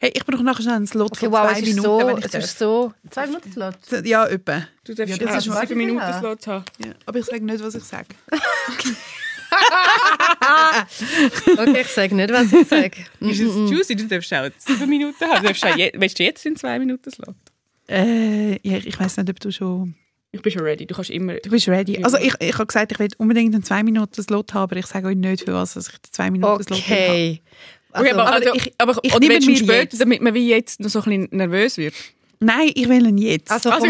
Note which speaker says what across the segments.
Speaker 1: Hey, ich brauche nachher schnell einen Slot
Speaker 2: Okay,
Speaker 1: von
Speaker 2: wow,
Speaker 1: zwei
Speaker 2: es ist
Speaker 1: Minuten,
Speaker 2: so,
Speaker 1: wenn ich
Speaker 2: es
Speaker 1: darf.
Speaker 2: ist so. Zwei Minuten Slot.
Speaker 1: Ja, etwa.
Speaker 3: Du darfst
Speaker 1: Ja,
Speaker 3: ja,
Speaker 1: das
Speaker 3: jetzt
Speaker 1: ist
Speaker 3: sieben
Speaker 2: wahr.
Speaker 3: Minuten Slot haben.
Speaker 1: Ja. Aber ich sage nicht, was ich sage.
Speaker 2: Okay, ich sage nicht, was ich sage.
Speaker 3: Ist es juicy? Du darfst auch jetzt sieben Minuten haben. Du darfst auch je, willst du jetzt in zwei Minuten Slot?
Speaker 1: Äh, ja, ich weiß nicht, ob du schon...
Speaker 3: Ich bin schon ready. Du kannst immer...
Speaker 1: Du bist ready.
Speaker 3: Ja.
Speaker 1: Also ich, ich habe gesagt, ich will unbedingt einen 2-Minuten-Slot haben, aber ich sage euch nicht, für was dass ich den 2-Minuten-Slot habe.
Speaker 2: Okay.
Speaker 3: Okay, aber,
Speaker 2: Also,
Speaker 3: also,
Speaker 1: ich-
Speaker 3: ich, aber
Speaker 1: ich
Speaker 3: oder
Speaker 1: nehme
Speaker 3: willst du ihn
Speaker 1: mir
Speaker 3: später,
Speaker 1: jetzt.
Speaker 3: damit man wie jetzt noch so ein bisschen nervös wird.
Speaker 1: Nein, ich will ihn jetzt.
Speaker 2: also, komm,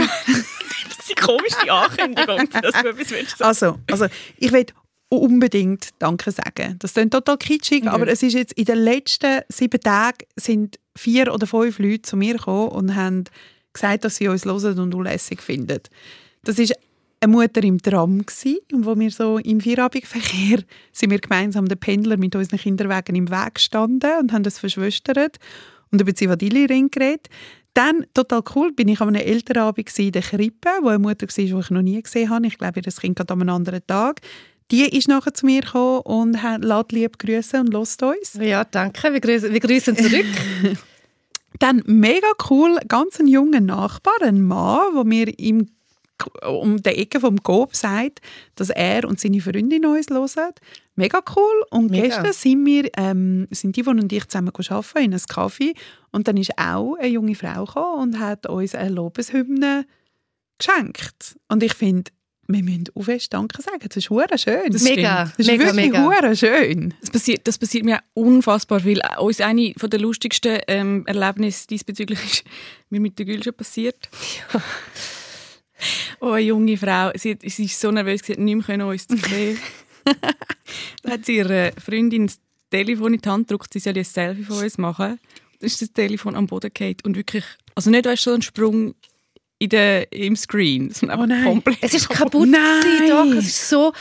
Speaker 3: das ist die komische Ankündigung, dass du etwas willst.
Speaker 1: Also, also ich will unbedingt Danke sagen. Das klingt total kitschig, aber es ist jetzt in den letzten sieben Tagen sind vier oder fünf Leute zu mir gekommen und haben gesagt, dass sie uns hören und unlässig finden. Das ist eine Mutter im Tram gsi und wo wir so im Vierabendverkehr sind wir gemeinsam den Pendler mit unseren Kinderwagen im Weg gestanden und haben das verschwestert und über Zivadili-Ring geredet. Dann, total cool, bin ich an einem Elternabend gsi in der Krippe, wo eine Mutter war, die ich noch nie gesehen habe. Ich glaube, ihr Kind geht an einem anderen Tag. Die ist nachher zu mir gekommen und hat lässt lieb grüßen und lost uns.
Speaker 2: ja, danke. Wir grüßen, wir grüßen zurück.
Speaker 1: Dann mega cool, ganz ein junger Nachbar, ein Mann, wo mir im, um die Ecke vom Gob sagt, dass er und seine Freundin uns hören. Mega cool. Und
Speaker 2: Mega.
Speaker 1: gestern sind wir, ähm, sind die, und ich zusammen arbeiten, in einem Kaffee. Und dann ist auch eine junge Frau gekommen und hat uns eine Lobeshymne geschenkt. Und ich finde, wir müssen auch fest Danke sagen. Das ist hure schön. Das
Speaker 2: Mega,
Speaker 1: ist
Speaker 2: mega,
Speaker 1: wirklich
Speaker 2: mega.
Speaker 1: hure schön.
Speaker 3: Das passiert, das passiert mir auch unfassbar viel. Auch Uns eine von der lustigsten ähm, Erlebnisse diesbezüglich ist mir mit der Gülsche passiert. Oh, eine junge Frau. Sie, hat- sie ist so nervös, sie hat nicht mehr können, uns zu sehen. Dann hat sie ihre Freundin das Telefon in die Hand gedrückt, sie soll ein Selfie von uns machen. Dann ist das Telefon am Boden gefallen und wirklich, also nicht weißt, so ein Sprung in der, im Screen, sondern
Speaker 1: Oh
Speaker 3: einfach
Speaker 1: nein.
Speaker 3: komplett.
Speaker 2: Es ist kaputt.
Speaker 1: Nein.
Speaker 2: gewesen, Doch, es ist so,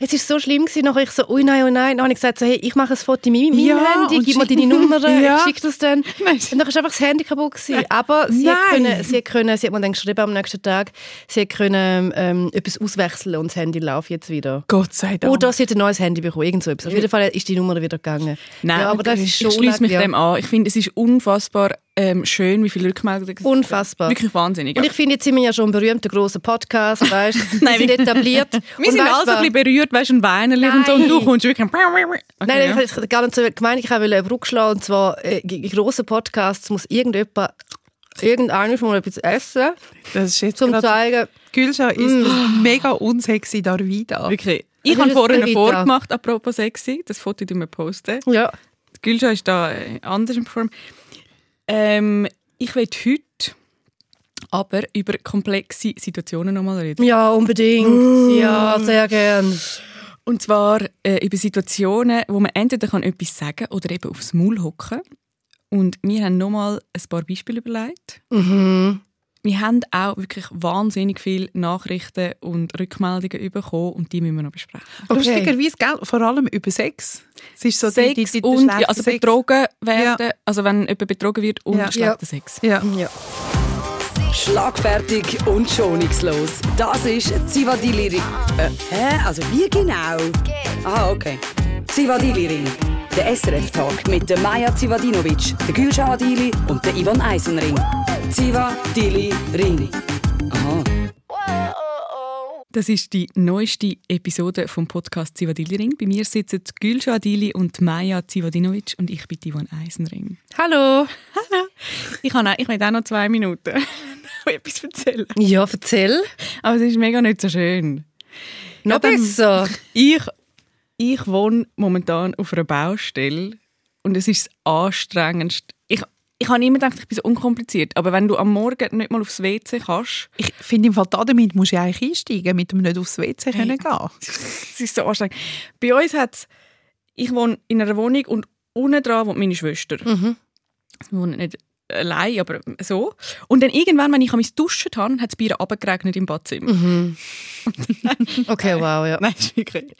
Speaker 2: es ist so schlimm gewesen. Nachher ich so, ui nein, oh nein. Dann habe ich gesagt so, hey, ich mache ein Foto mit meinem
Speaker 1: Ja,
Speaker 2: Handy,
Speaker 1: und
Speaker 2: gib mir
Speaker 1: schick-
Speaker 2: deine Nummer,
Speaker 1: Ja.
Speaker 2: ich schicke das dann.
Speaker 1: Nein.
Speaker 2: Und dann ist einfach das Handy kaputt gewesen. Aber sie hat,
Speaker 1: Nein.
Speaker 2: können, sie hat können, sie hat mir dann geschrieben am nächsten Tag, sie hat können ähm, etwas auswechseln und das Handy läuft jetzt wieder.
Speaker 1: Gott sei Dank.
Speaker 2: Oder sie hat Oh, ein neues Handy bekommen, irgend so etwas. Auf jeden Fall ist die Nummer wieder gegangen.
Speaker 3: Nein,
Speaker 2: ja, aber das ist schon
Speaker 3: ich schließe mich
Speaker 2: ja.
Speaker 3: dem an. Ich finde, es ist unfassbar ähm, schön, wie viele Rückmeldungen es
Speaker 2: Unfassbar.
Speaker 3: Wirklich wahnsinnig.
Speaker 2: Und
Speaker 3: ja.
Speaker 2: ich finde, jetzt sind wir ja schon ein berühmter, grosser Podcast, weißt du? Wir
Speaker 3: Nein,
Speaker 2: sind
Speaker 3: wir-
Speaker 2: etabliert.
Speaker 3: wir
Speaker 2: Und
Speaker 3: sind
Speaker 2: weisst
Speaker 3: alle so
Speaker 2: was?
Speaker 3: ein bisschen berührt, weißt du, und weinen und so. Und du
Speaker 2: Nein.
Speaker 3: kommst wirklich. Okay,
Speaker 2: Nein,
Speaker 3: ja.
Speaker 2: nein, ich habe gar nicht so gemeint, ich wollte eine Brücke schlagen. Und zwar, äh, in grossen Podcasts muss irgendjemand, irgendeiner muss mal etwas essen,
Speaker 1: Das ist jetzt
Speaker 2: zum
Speaker 1: gerade-
Speaker 2: zeigen,
Speaker 1: Gülscha ist das mega unsexy Darvida.
Speaker 3: Ah. Wirklich. Ich
Speaker 2: ist
Speaker 3: habe vorhin
Speaker 2: Rita.
Speaker 3: einen vorgemacht, apropos sexy. Das Foto tun wir posten.
Speaker 2: ja,
Speaker 3: Die Gülscha ist da äh, anders in Form. Ähm, ich will heute aber über komplexe Situationen nochmal reden.
Speaker 2: ja, unbedingt, ja, sehr gern.
Speaker 3: Und zwar äh, über Situationen, wo man entweder kann etwas sagen oder eben aufs Maul hocken. Und wir haben nochmal ein paar Beispiele überlegt.
Speaker 2: Mhm.
Speaker 3: Wir haben auch wirklich wahnsinnig viele Nachrichten und Rückmeldungen bekommen und die müssen wir noch besprechen.
Speaker 2: Okay.
Speaker 1: Lustigerweise, gell? vor allem über Sex. Es ist so die- die-
Speaker 3: Sex
Speaker 1: die- der
Speaker 3: und ja,
Speaker 1: schlechte
Speaker 3: also
Speaker 1: Sex.
Speaker 3: betrogen werden, also wenn jemand betrogen wird und
Speaker 1: Ja.
Speaker 3: schlechter
Speaker 2: Ja.
Speaker 3: Sex.
Speaker 1: Ja.
Speaker 2: Ja.
Speaker 4: Schlagfertig und schonungslos. Das ist Zivadili Ring. Äh, hä? Also wie genau? Ah, okay. Zivadili Ring. Der SRF-Tag mit der Maja Zivadinovic, der Gülşah Adili und der Ivan Eisenring. Zivadili Ring. Aha.
Speaker 3: Das ist die neueste Episode vom Podcast Zivadili Ring. Bei mir sitzen die Gülşah Adili und Maja Zivadinovic und ich bin Ivan Eisenring.
Speaker 2: Hallo.
Speaker 3: Ich, kann auch, ich will auch noch zwei Minuten etwas erzählen.
Speaker 2: Ja, erzähl.
Speaker 3: Aber es ist mega nicht so schön.
Speaker 2: Noch
Speaker 3: dann-
Speaker 2: besser.
Speaker 3: Ich, ich wohne momentan auf einer Baustelle und es ist das anstrengendste. Ich, ich habe immer gedacht, ich bin so unkompliziert. Aber wenn du am Morgen nicht mal aufs WC kannst,
Speaker 1: Ich finde, im Fall damit musst du eigentlich einsteigen, mit dem nicht aufs WC können gehen.
Speaker 3: es ist so anstrengend. Bei uns hat es, ich wohne in einer Wohnung und unten dran wohnt meine Schwester.
Speaker 2: Mhm.
Speaker 3: Sie wohnt nicht allein, aber so. Und dann irgendwann, wenn ich mich duschen habe, hat es bei ihr runtergeregnet im
Speaker 2: Mhm.
Speaker 3: Badzimmer.
Speaker 2: Okay, wow, ja.
Speaker 3: Nein, ist wirklich.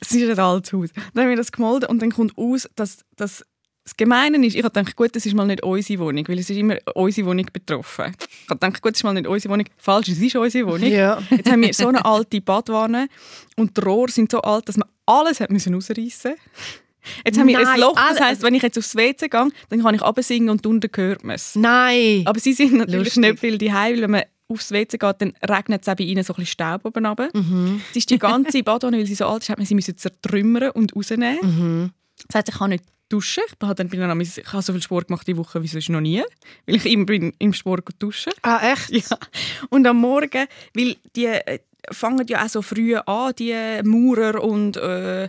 Speaker 3: Es ist ein altes Haus. Dann haben wir das gemolden und dann kommt aus, dass, dass das Gemeine ist, ich habe gedacht, gut, das ist mal nicht unsere Wohnung, weil es ist immer unsere Wohnung betroffen. Ich habe gedacht, gut, das ist mal nicht unsere Wohnung. Falsch, es ist unsere Wohnung.
Speaker 2: Ja.
Speaker 3: Jetzt haben wir so eine alte Badwanne und die Rohre sind so alt, dass man alles hat müssen rausreißen Jetzt haben wir
Speaker 2: Nein,
Speaker 3: ein Loch, das
Speaker 2: alle-
Speaker 3: heisst, wenn ich jetzt aufs WC gehe, dann kann ich absingen und unten hört man es.
Speaker 2: Nein.
Speaker 3: Aber sie sind natürlich
Speaker 2: Lustig.
Speaker 3: nicht viel daheim, weil wenn man aufs WC geht, dann regnet es auch bei ihnen so ein bisschen Staub oben runter.
Speaker 2: Mhm.
Speaker 3: Es ist die ganze Badwanne, weil sie so alt ist, hat man sie müssen zertrümmern und rausnehmen. Das heißt, ich kann nicht duschen. Ich, bin halt dann, bin dann, am- ich habe so viel Sport gemacht die Woche wie sonst noch nie, weil ich immer bin im Sport duschen.
Speaker 2: ah, echt?
Speaker 3: Ja. Und am Morgen, weil die äh, fangen ja auch so früh an, die Maurer und äh,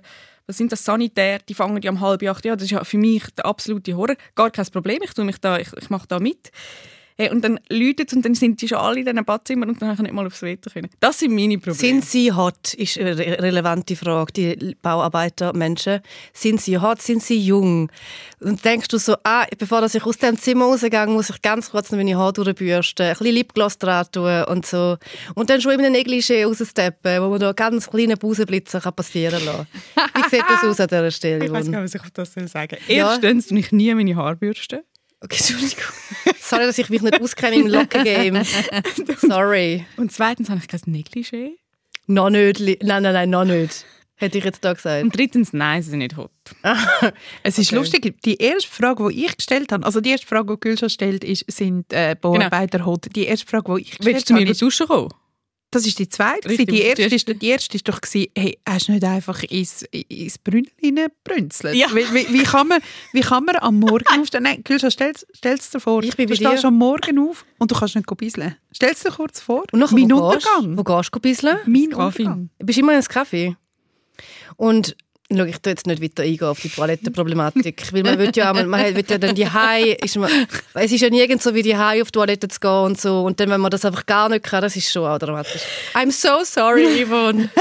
Speaker 3: was sind das Sanitär, die fangen ja um halb acht an. Das ist ja für mich der absolute Horror. Gar kein Problem, ich, tu mich da, ich, ich mache da mit. Hey, und dann läutet und dann sind die schon alle in diesen Badzimmern und dann kann ich nicht mal aufs WC können. Das sind meine Probleme.
Speaker 2: Sind sie hot? Ist eine re- relevante Frage. Die L- Bauarbeiter, Menschen. Sind sie hot? Sind sie jung? Und denkst du so, ah, bevor dass ich aus dem Zimmer rausgehe, muss ich ganz kurz noch meine Haare durchbürsten, ein bisschen Lipgloss dran tun und so. Und dann schon in einem Negligé raussteppen, wo man da ganz kleinen Busenblitzer kann passieren lassen kann. Wie sieht das aus an dieser Stelle?
Speaker 3: ich weiß
Speaker 2: Yvonne?
Speaker 3: gar nicht, was ich auf das soll sagen soll.
Speaker 2: Ja.
Speaker 3: Erstens tue ich nie meine Haarbürste.
Speaker 2: Okay, Entschuldigung. Sorry, dass ich mich nicht auskenne im Locken-Game. Sorry.
Speaker 3: Und zweitens habe ich kein Negligé.
Speaker 2: Noch nicht. li- Nein, nein, nein, noch nicht. Hätte ich jetzt da gesagt.
Speaker 3: Und drittens, nein, sie sind nicht hot.
Speaker 1: Es ist
Speaker 2: Okay.
Speaker 1: lustig, die erste Frage, die ich gestellt habe, also die erste Frage, die Gülscha stellt, ist, sind äh, Bauarbeiter hot? Die erste Frage, die ich gestellt
Speaker 3: Genau. Willst du mir
Speaker 1: habe,
Speaker 3: in die
Speaker 1: ist,
Speaker 3: Dusche kommen?
Speaker 1: das ist die zweite.
Speaker 3: Richtig,
Speaker 1: die,
Speaker 3: das ist
Speaker 1: erste
Speaker 3: die
Speaker 1: ist,
Speaker 3: erste.
Speaker 1: die erste ist doch, gewesen, hey, hast du nicht einfach ins, ins Brünnlein brünzelt?
Speaker 3: Ja.
Speaker 1: Wie, wie, wie, kann man, wie kann man am Morgen aufstehen? Nein, Gülscha, stell es dir vor.
Speaker 2: Ich bin
Speaker 1: du
Speaker 2: bei dir.
Speaker 1: stehst am Morgen auf und du kannst nicht bisseln. Stell es dir kurz vor.
Speaker 2: Und nachher,
Speaker 1: mein
Speaker 2: wo gehst-
Speaker 1: Untergang.
Speaker 2: Wo gehst du ein bisschen?
Speaker 1: Mein
Speaker 3: Kaffee.
Speaker 1: Untergang.
Speaker 2: Du bist immer ins Kaffee. Und schau, ich tu jetzt nicht weiter eingehen auf die Toilettenproblematik, weil man will ja auch, mal- man will ja dann die Hai, ist man, es ist ja nirgends so wie die Hai auf die Toilette zu gehen und so und dann wenn man das einfach gar nicht kann, das ist schon auch dramatisch. I'm so sorry, Yvonne.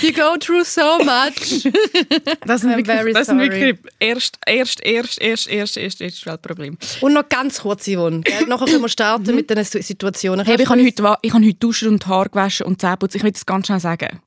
Speaker 2: You go through so much.
Speaker 1: Das sind
Speaker 2: I'm very
Speaker 3: Das ist
Speaker 2: sorry.
Speaker 3: wirklich erst, erst, erst, erst, erst, erst, erst Weltproblem.
Speaker 2: Und noch ganz kurz, Yvonne. gell? Nachher können wir starten mit diesen Situationen.
Speaker 3: Mhm. Hey, aber ich habe heute, wa- ich habe heute duschen und Haar gewaschen und Zähne putzt. Ich will das ganz schnell sagen.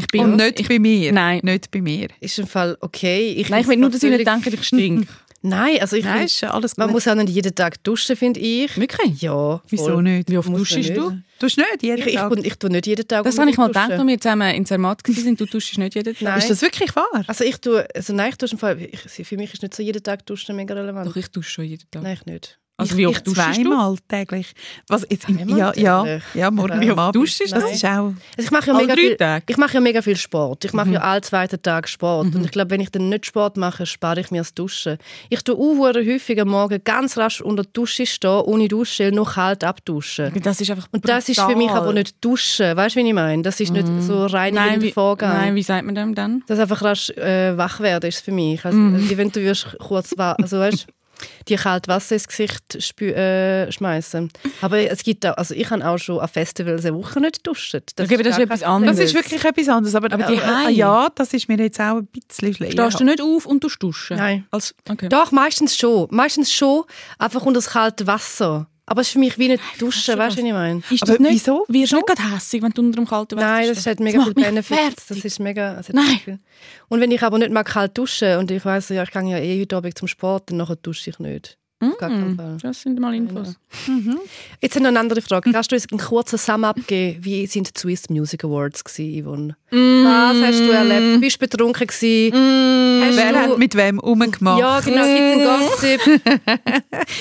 Speaker 3: Ich bin
Speaker 1: Und nicht bei mir.
Speaker 3: Nein.
Speaker 1: Nicht bei mir.
Speaker 2: Ist im Fall okay.
Speaker 3: Nein, ich will nur, dass ihr nicht denkt, ich stink.
Speaker 2: Nein, also ich
Speaker 1: Nein,
Speaker 2: find-
Speaker 1: ist alles gut.
Speaker 2: man muss auch nicht jeden Tag duschen, finde ich.
Speaker 3: Wirklich?
Speaker 2: Ja.
Speaker 1: Wieso
Speaker 2: voll.
Speaker 1: nicht?
Speaker 3: Wie oft
Speaker 2: Muss man
Speaker 3: duschst
Speaker 2: nicht.
Speaker 3: du?
Speaker 1: Du hast nicht jeden
Speaker 2: Ich, ich,
Speaker 1: Tag.
Speaker 2: ich, ich tue nicht jeden Tag.
Speaker 3: Das habe ich mal
Speaker 2: unbedingt
Speaker 3: gedacht,
Speaker 2: duschen.
Speaker 3: als wir zusammen in Zermatt waren. Du duschst nicht jeden Tag.
Speaker 2: Nein.
Speaker 1: Ist das wirklich wahr?
Speaker 2: Also ich tue, also nein, ich tue im Fall, ich, für mich ist nicht so jeden Tag duschen mega relevant.
Speaker 3: Doch, ich dusche schon jeden Tag.
Speaker 2: Nein, ich nicht.
Speaker 3: Also wie oft
Speaker 1: ich
Speaker 3: duschst du?
Speaker 1: zweimal täglich. Was jetzt im,
Speaker 2: Zweimal
Speaker 1: ja, ja,
Speaker 2: täglich?
Speaker 1: ja, morgen
Speaker 2: Wie
Speaker 1: am
Speaker 2: oft
Speaker 1: Abend.
Speaker 3: duschst du?
Speaker 1: Das
Speaker 2: Nein.
Speaker 1: ist auch...
Speaker 2: Also ich mache ja
Speaker 3: Alle
Speaker 2: mega
Speaker 3: drei
Speaker 2: viel,
Speaker 3: Tage? Mhm.
Speaker 2: ich mache ja mega viel Sport. Ich mache ja alle zweiten Tag Sport und ich glaube, wenn ich dann nicht Sport mache, spare ich mir das Duschen. Ich tue auch hure häufig am Morgen ganz rasch unter die Dusche stehen, ohne Dusche, noch kalt abduschen.
Speaker 3: Das ist einfach
Speaker 2: Und das ist für mich aber nicht Duschen. Weißt du, wie ich meine? Das ist nicht so
Speaker 3: Mhm. Nein,
Speaker 2: reinigender
Speaker 3: wie,
Speaker 2: Vorgang.
Speaker 3: nein, wie sagt man dem dann?
Speaker 2: Dass einfach rasch äh, wach werden ist für mich. Also,
Speaker 3: Mm.
Speaker 2: Wie wenn du würdest kurz wa- also, weißt, die kalt Wasser ins Gesicht spü- äh, schmeißen. Aber es gibt auch, also ich habe auch schon an Festivals eine Woche nicht duschen.
Speaker 3: Okay, aber das
Speaker 2: gar
Speaker 3: ist
Speaker 2: kein
Speaker 3: etwas anderes.
Speaker 1: Das ist wirklich etwas anderes. Aber,
Speaker 3: Aber die
Speaker 1: ah,
Speaker 3: Haie.
Speaker 1: ja, das ist mir jetzt auch ein bisschen schlecht.
Speaker 3: Stehst du nicht auf und du duschen?
Speaker 2: Nein.
Speaker 3: Als, okay.
Speaker 2: Doch, meistens schon. Meistens schon, einfach unter das kalte Wasser. Aber es ist für mich wie nicht duschen, weißt du, was ich meine?
Speaker 3: Ist
Speaker 1: Aber wieso?
Speaker 3: Wirst du nicht gerade hässig, wenn du unter dem kalten Wasser
Speaker 2: Nein, das
Speaker 3: stehst?
Speaker 2: hat mega
Speaker 3: macht
Speaker 2: viel
Speaker 3: mich
Speaker 2: Benefits. Das
Speaker 3: fertig.
Speaker 2: ist mega. Das hat
Speaker 3: Nein.
Speaker 2: mega viel. Und wenn ich aber nicht mal kalt dusche und ich weiss, ja, ich gehe ja eh heute Abend zum Sport, dann nachher dusche ich nicht. Auf gar keinen Fall.
Speaker 3: Das sind mal
Speaker 2: Genau.
Speaker 3: Infos.
Speaker 2: Jetzt noch eine andere Frage. Kannst du uns einen kurzen Sum-Up geben? Wie sind die Swiss Music Awards gewesen, Yvonne? Was hast du erlebt? Bist du betrunken gewesen? Hast
Speaker 1: Wer hat
Speaker 2: du...
Speaker 1: mit wem rumgemacht?
Speaker 2: Ja, genau. Gibt's einen Gossip?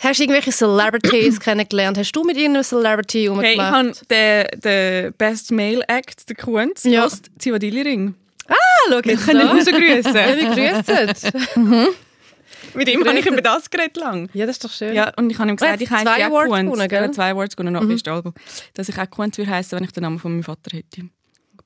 Speaker 2: hast du irgendwelche Celebrities kennengelernt? Hast du mit irgendeiner Celebrity
Speaker 3: Hey, ich
Speaker 2: umgemacht?
Speaker 3: habe den, den Best Male Act, den Kunz,
Speaker 2: Ja.
Speaker 3: ja. aus Zivadili-Ring.
Speaker 2: ah, schau jetzt
Speaker 3: Können
Speaker 2: da.
Speaker 3: wir grüßen?
Speaker 2: Ja, wir grüßen.
Speaker 3: Mit ihm habe ich über das geredet lang.
Speaker 2: Ja, das ist doch schön.
Speaker 3: Ja, und ich habe ihm
Speaker 2: Er hat
Speaker 3: gesagt, ich heiße
Speaker 2: zwei
Speaker 3: ja
Speaker 2: Awards
Speaker 3: Kunz.
Speaker 2: gewonnen,
Speaker 3: Er
Speaker 2: gell? Mhm.
Speaker 3: hat zwei Awards gewonnen, noch beste Album. Dass ich auch Kunz würde heißen, wenn ich den Namen von meinem Vater hätte.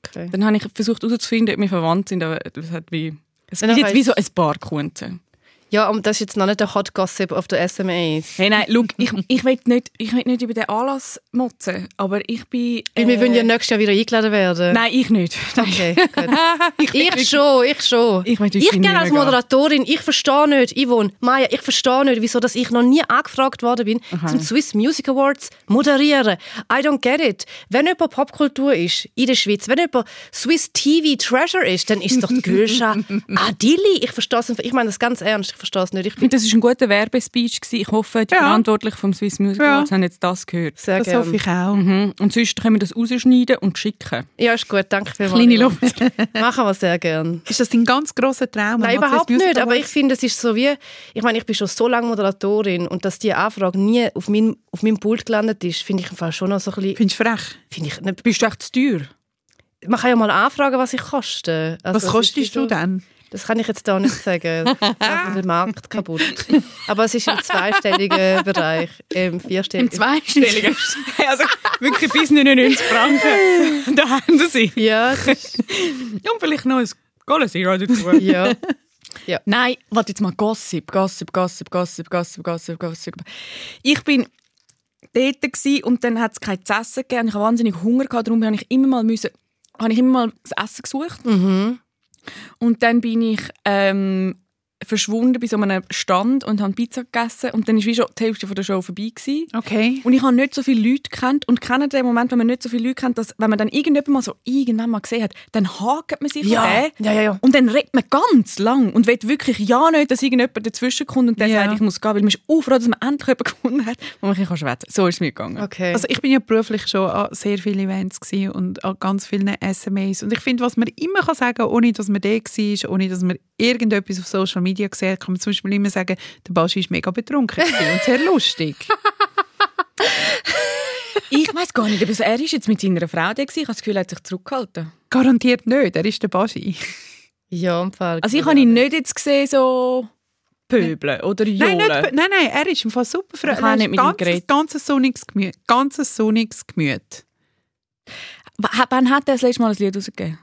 Speaker 2: Okay.
Speaker 3: Dann habe ich versucht herauszufinden, ob wir verwandt sind, aber das hat wie... Es
Speaker 2: Dann
Speaker 3: gibt jetzt
Speaker 2: weiss-
Speaker 3: wie so ein paar Kunzen.
Speaker 2: ja, und das ist jetzt noch nicht der Hot Gossip auf der SMA.
Speaker 3: Hey, nein, schau, ich, ich, will nicht, ich will nicht über den Anlass motzen, aber ich bin...
Speaker 2: Weil wir wollen ja nächstes Jahr wieder eingeladen werden.
Speaker 3: Nein, ich nicht. Nein.
Speaker 2: Äh, Okay, gut. ich, schon, ich schon.
Speaker 3: Ich möchte
Speaker 2: ich
Speaker 3: heute
Speaker 2: gerne als
Speaker 3: nicht mehr
Speaker 2: Moderatorin, ich verstehe nicht, Yvonne, Maya, ich verstehe nicht, wieso dass ich noch nie angefragt worden bin, zum Swiss Music Awards moderieren. I don't get it. Wenn jemand Popkultur ist in der Schweiz, wenn jemand Swiss TV Treasure ist, dann ist es doch die Gülscha Adili. Ich verstehe es einfach. Ich meine das ganz ernst. Ich verstehe es nicht. Ich bin
Speaker 3: finde, das war ein guter Werbespeech. gewesen. Ich hoffe, die
Speaker 1: Ja.
Speaker 3: Verantwortlichen vom Swiss Music
Speaker 1: Ja.
Speaker 3: Awards haben jetzt das gehört.
Speaker 2: sehr
Speaker 1: Das hoffe
Speaker 2: gerne.
Speaker 1: ich auch.
Speaker 3: Mhm. Und sonst können wir das rausschneiden und schicken.
Speaker 2: Ja, ist gut, danke vielmals.
Speaker 3: Kleine Luft.
Speaker 2: Machen wir sehr gerne.
Speaker 1: Ist das dein ganz grosser Traum?
Speaker 2: Nein,
Speaker 1: Am Swiss
Speaker 2: überhaupt
Speaker 1: Music
Speaker 2: nicht. Aber ich
Speaker 1: Awards?
Speaker 2: finde, es ist so wie, ich meine, ich bin schon so lange Moderatorin und dass die Anfrage nie auf meinem, auf meinem Pult gelandet ist, finde ich im Fall schon noch so ein bisschen,
Speaker 1: Findest du frech?
Speaker 2: finde ich, nicht-
Speaker 3: Bist du echt zu teuer?
Speaker 2: man kann ja mal anfragen, was ich koste. Also,
Speaker 1: Was
Speaker 2: es ist
Speaker 1: kostest
Speaker 2: so-
Speaker 1: du denn?
Speaker 2: Das kann ich jetzt da nicht sagen. Ich mache den Markt kaputt. Aber es ist im zweistelligen Bereich, im vierstelligen.
Speaker 3: Zweistelligen. also wirklich bis 99 Franken. da haben sie.
Speaker 2: ja, das ist,
Speaker 3: Und vielleicht noch ein Golden Zero dazu.
Speaker 2: ja.
Speaker 3: Nein, warte jetzt mal. Gossip, Gossip, Gossip, Gossip, Gossip, Gossip, Gossip. Ich bin dort gewesen und dann hat es kein zu essen gegeben. und Ich hatte wahnsinnig Hunger, gehabt, darum habe ich immer mal, müssen, habe ich immer mal das Essen gesucht. Und dann bin ich ähm, verschwunden bei so einem Stand und habe Pizza gegessen. Und dann war wie schon die Hälfte von der Show vorbei. Gewesen.
Speaker 1: Okay.
Speaker 3: Und ich habe nicht so viele Leute kennt und kenne den Moment, wenn man nicht so viele Leute kennt, dass wenn man dann irgendjemand mal so irgendwann mal gesehen hat, dann hakt man sich an den.
Speaker 2: ja, ja, ja.
Speaker 3: Und dann redet man ganz lang und will wirklich ja nicht, dass irgendjemand dazwischen kommt und dann
Speaker 1: Ja.
Speaker 3: sagt, ich muss gehen, weil man ist auch froh, dass man endlich jemanden gefunden hat, wo man ein bisschen schwätzen kann. So ist es mir gegangen.
Speaker 2: Okay.
Speaker 1: Also ich bin ja beruflich schon an sehr vielen Events gewesen und an ganz vielen SMAs. Und ich finde, was man immer kann sagen kann, ohne dass man da war, ohne dass man irgendetwas auf Social Media gesehen hat, kann man zum Beispiel immer sagen, der Baschi ist mega betrunken gewesen und sehr lustig.
Speaker 3: Ich weiß gar nicht, aber er ist jetzt mit seiner Frau da gewesen. Ich habe das Gefühl, er hat sich zurückgehalten.
Speaker 1: Garantiert nicht, er ist der Baschi.
Speaker 2: ja, im Fall.
Speaker 3: Also ich habe ihn nicht jetzt gesehen, so pöbeln oder
Speaker 1: Nein,
Speaker 3: johlen.
Speaker 1: nicht, nein, nein, er ist im Fall super freundlich.
Speaker 3: Ich habe nicht mit ihm geredet.
Speaker 1: Ganzes sonniges Gemüt. Ganzes sonniges Gemüt.
Speaker 3: W- Wann hat er das letzte Mal ein Lied rausgegeben?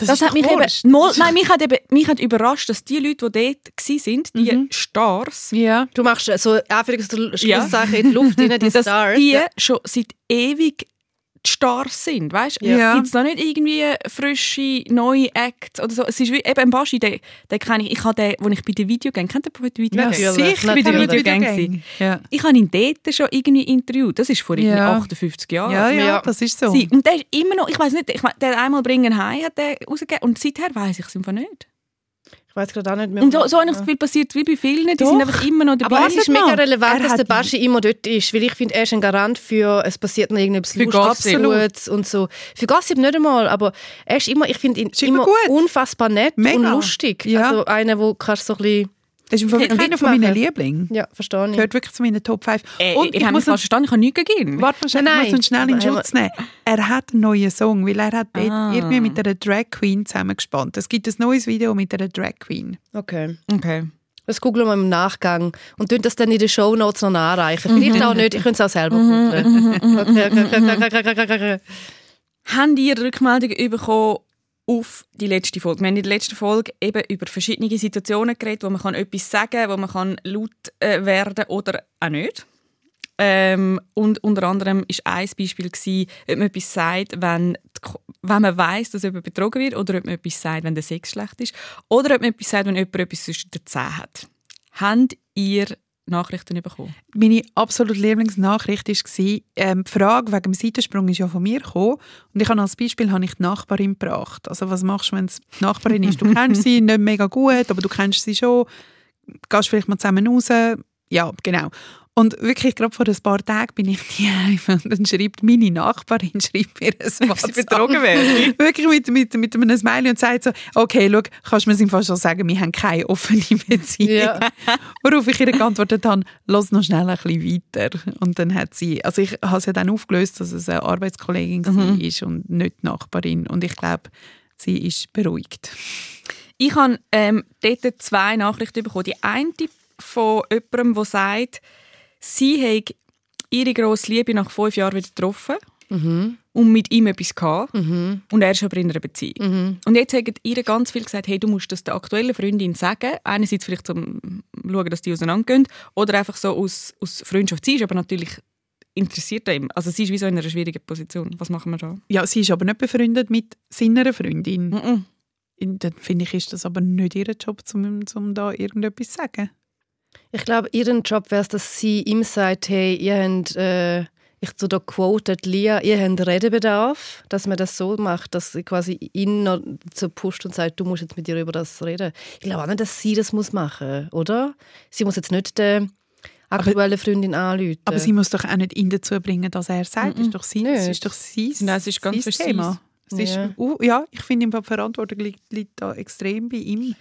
Speaker 3: Das,
Speaker 1: ist
Speaker 3: hat
Speaker 1: doch
Speaker 3: mich
Speaker 1: wurscht.
Speaker 3: eben, Mol, nein, mich hat eben mich hat überrascht, dass die Leute, die dort waren, die Stars,
Speaker 1: Ja.
Speaker 2: Du machst äh, so Anführungs-
Speaker 3: Ja.
Speaker 2: Schlusssachen in die Luft, rein, die
Speaker 3: dass
Speaker 2: Stars.
Speaker 3: die schon seit ewig die Stars sind, weißt?
Speaker 1: Ja. Ja.
Speaker 3: Gibt es da nicht irgendwie frische, neue Acts oder so? Es ist wie, eben ein Baschi, den, den kenne ich. Ich habe den, den ich bei den Videogang, kennt ihr bei den Videogang?
Speaker 2: Natürlich,
Speaker 1: sicher,
Speaker 2: natürlich.
Speaker 1: bei der Videogang. Ja.
Speaker 3: Ich habe ihn dort schon irgendwie interviewt. Das ist vor irgendwie
Speaker 1: Ja.
Speaker 3: 58 Jahren.
Speaker 1: Ja, ja,
Speaker 2: Ja.
Speaker 1: das ist so.
Speaker 3: Ah, Sie- Und der ist immer noch, ich weiß nicht, ich mein, der einmal bringen heim hat der rausgegeben und seither weiß ich es einfach nicht.
Speaker 2: Ich weiß gerade auch nicht mehr.
Speaker 3: Und so, so habe ich das Gefühl, passiert wie bei vielen, die sind
Speaker 1: Doch.
Speaker 3: einfach immer noch dabei.
Speaker 2: Aber es ist mega
Speaker 1: mal, er
Speaker 2: relevant, dass
Speaker 1: hat
Speaker 2: der Baschi immer dort ist, weil ich finde, er ist ein Garant für, es passiert noch irgendetwas
Speaker 3: Für Gossip.
Speaker 2: Lustiges und so. Für Gossip nicht einmal, aber er ist immer, ich finde ihn
Speaker 1: immer
Speaker 2: immer,
Speaker 1: gut.
Speaker 2: unfassbar nett
Speaker 1: Mega.
Speaker 2: und lustig.
Speaker 1: Ja.
Speaker 2: Also einer, wo kannst so ein bisschen,
Speaker 1: Das ist im Fall
Speaker 2: Hätte
Speaker 1: wirklich einer
Speaker 2: Witz
Speaker 1: von meinen
Speaker 2: machen.
Speaker 1: Lieblingen.
Speaker 2: ja, verstehe ich.
Speaker 1: Gehört wirklich zu meinen Top 5.
Speaker 3: Äh, und ich habe mich
Speaker 1: muss
Speaker 3: falsch
Speaker 1: uns,
Speaker 3: verstanden, ich habe nichts gegeben.
Speaker 1: warte, mal schnell,
Speaker 2: Nein,
Speaker 1: ich muss uns schnell in
Speaker 2: aber-
Speaker 1: Schutz nehmen. Er hat einen neuen Song, weil er hat dort
Speaker 3: Ah.
Speaker 1: irgendwie mit einer Drag Queen zusammengespannt. Es gibt ein neues Video mit einer Drag Queen.
Speaker 2: Okay.
Speaker 3: Okay.
Speaker 2: Das googeln wir im Nachgang und tun das dann in den Shownotes noch
Speaker 1: Mhm.
Speaker 2: nachreichen. Vielleicht auch nicht, ich könnte es auch selber googeln. Okay, okay, okay, okay, okay, okay,
Speaker 1: mhm.
Speaker 2: okay.
Speaker 3: Habt ihr Rückmeldungen bekommen auf die letzte Folge? Wir haben in der letzten Folge eben über verschiedene Situationen geredet, wo man kann etwas sagen kann, wo man kann laut äh, werden oder auch nicht. Ähm, und unter anderem war ein Beispiel, gewesen, ob man etwas sagt, wenn, die Ko- wenn man weiß, dass jemand betrogen wird, oder ob man etwas sagt, wenn der Sex schlecht ist, oder ob man etwas sagt, wenn jemand etwas zwischen den Zähnen hat. Habt ihr Nachrichten bekommen?
Speaker 1: Meine absolute Lieblingsnachricht war, ähm, die Frage wegen dem Seitensprung ist ja von mir gekommen. Und ich habe als Beispiel habe ich die Nachbarin gebracht. Also was machst du, wenn es die Nachbarin ist? Du kennst sie nicht mega gut, aber du kennst sie schon. Gehst vielleicht mal zusammen raus. Ja, genau. Und wirklich, gerade vor ein paar Tagen bin ich die und dann schreibt meine Nachbarin schreibt mir ein WhatsApp.
Speaker 3: werden?
Speaker 1: Wirklich mit, mit, mit einem Smiley und sagt so, okay, schau, kannst du mir es im Fall schon sagen, wir haben keine offene Beziehung.
Speaker 2: Ja.
Speaker 1: Worauf ich ihr geantwortet habe, lass noch schnell ein bisschen weiter. Und dann hat sie, also ich habe sie dann aufgelöst, dass es eine Arbeitskollegin mhm. ist und nicht die Nachbarin. Und ich glaube, sie ist beruhigt.
Speaker 3: Ich habe ähm, dort zwei Nachrichten bekommen. Die eine von jemandem, der sagt, sie habe ihre grosse Liebe nach fünf Jahren wieder getroffen
Speaker 2: Mhm,
Speaker 3: und mit ihm etwas gehabt. Und er ist aber in einer Beziehung.
Speaker 2: Mhm.
Speaker 3: Und jetzt haben ihr ganz viel gesagt, hey, du musst das der aktuellen Freundin sagen. Einerseits vielleicht, um zu schauen, dass die auseinandergehen. Oder einfach so aus, aus Freundschaft. Sie ist aber natürlich interessiert an ihm. Also sie ist wie so in einer schwierigen Position. Was machen wir da?
Speaker 1: Ja, sie ist aber nicht befreundet mit seiner Freundin.
Speaker 3: Mhm.
Speaker 1: Und Dann finde ich, ist das aber nicht ihr Job, um zum da irgendetwas zu sagen.
Speaker 2: Ich glaube, ihren Job wäre es, dass sie ihm sagt, hey, ihr habt, äh, ihr ich zu da quotet Lia, ihr habt Redebedarf, dass man das so macht, dass sie quasi ihn noch so pusht und sagt, du musst jetzt mit dir über das reden. Ich glaube auch nicht, dass sie das muss machen, oder? Sie muss jetzt nicht der aktuelle Freundin anrufen.
Speaker 1: Aber sie muss doch auch nicht ihn dazu bringen, dass er sagt. Das ist doch sein, das
Speaker 2: Nicht.
Speaker 1: ist doch sein,
Speaker 3: Nein, es ist ganz
Speaker 1: sein
Speaker 3: fest
Speaker 1: Thema. Es ist,
Speaker 2: Ja.
Speaker 1: uh, ja, ich finde, im Fall die Verantwortung liegt, liegt da extrem bei ihm.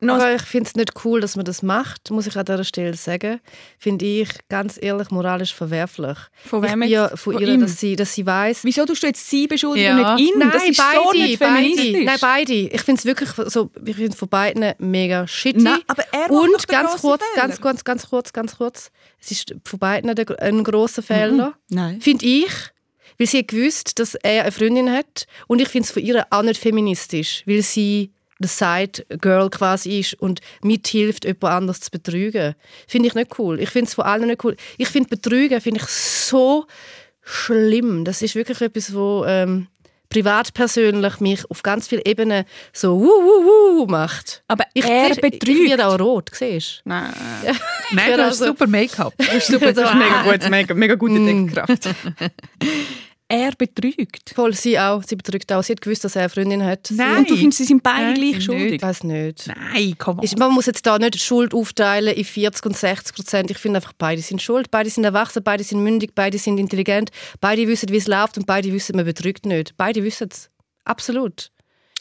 Speaker 2: Aber ich finde es nicht cool, dass man das macht, muss ich an dieser Stelle sagen. Finde ich ganz ehrlich moralisch verwerflich.
Speaker 3: Von
Speaker 2: ich
Speaker 3: wem
Speaker 2: bin
Speaker 3: jetzt?
Speaker 2: ja von,
Speaker 3: Von
Speaker 2: ihr,
Speaker 3: ihm?
Speaker 2: dass sie, dass sie weiß.
Speaker 3: Wieso tust du jetzt sie beschuldigen
Speaker 2: Ja.
Speaker 3: und nicht ihn?
Speaker 2: Nein,
Speaker 3: das ist
Speaker 2: beide,
Speaker 3: so nicht
Speaker 2: beide.
Speaker 3: feministisch.
Speaker 2: Nein, beide. Ich finde es wirklich so, ich finde von beiden mega shitty.
Speaker 1: Nein, aber er macht doch
Speaker 2: Und
Speaker 1: den
Speaker 2: ganz
Speaker 1: grossen
Speaker 2: kurz,
Speaker 1: Fehler.
Speaker 2: ganz kurz, ganz kurz, ganz kurz. Es ist von beiden der, ein grosser Fehler.
Speaker 3: Nein.
Speaker 2: Finde ich. Weil sie hat gewusst, dass er eine Freundin hat. Und ich finde es von ihr auch nicht feministisch. Weil sie the side girl quasi ist und mithilft, jemand anders zu betrügen. Finde ich nicht cool. Ich finde es von allen nicht cool. Ich finde Betrügen finde ich so schlimm. Das ist wirklich etwas, wo ähm, privat persönlich mich auf ganz vielen Ebenen so wuh, wuh, wuh macht.
Speaker 3: Aber
Speaker 2: Ich,
Speaker 3: er
Speaker 2: ich,
Speaker 3: betrügt.
Speaker 2: Ich werde auch rot, siehst du?
Speaker 3: Nein.
Speaker 1: Nein, du
Speaker 2: Genau
Speaker 1: hast
Speaker 2: so.
Speaker 1: super Make-up. Mm.
Speaker 3: Das ist super, das ist mega gut, mega, mega gute Denkkraft. er betrügt.
Speaker 2: Voll, sie auch. Sie betrügt auch. Sie hat gewusst, dass er eine Freundin hat.
Speaker 1: Nein.
Speaker 3: Und du findest, sie sind beide
Speaker 1: Nein,
Speaker 3: gleich
Speaker 1: nicht.
Speaker 2: Ich
Speaker 3: schuldig.
Speaker 2: weiß nicht.
Speaker 1: Nein, komm
Speaker 2: Ich, man muss jetzt da nicht Schuld aufteilen in 40 und 60 Prozent. Ich finde einfach, beide sind schuld, beide sind erwachsen, beide sind mündig, beide sind intelligent, beide wissen, wie es läuft und beide wissen, man betrügt nicht. Beide wissen es. Absolut.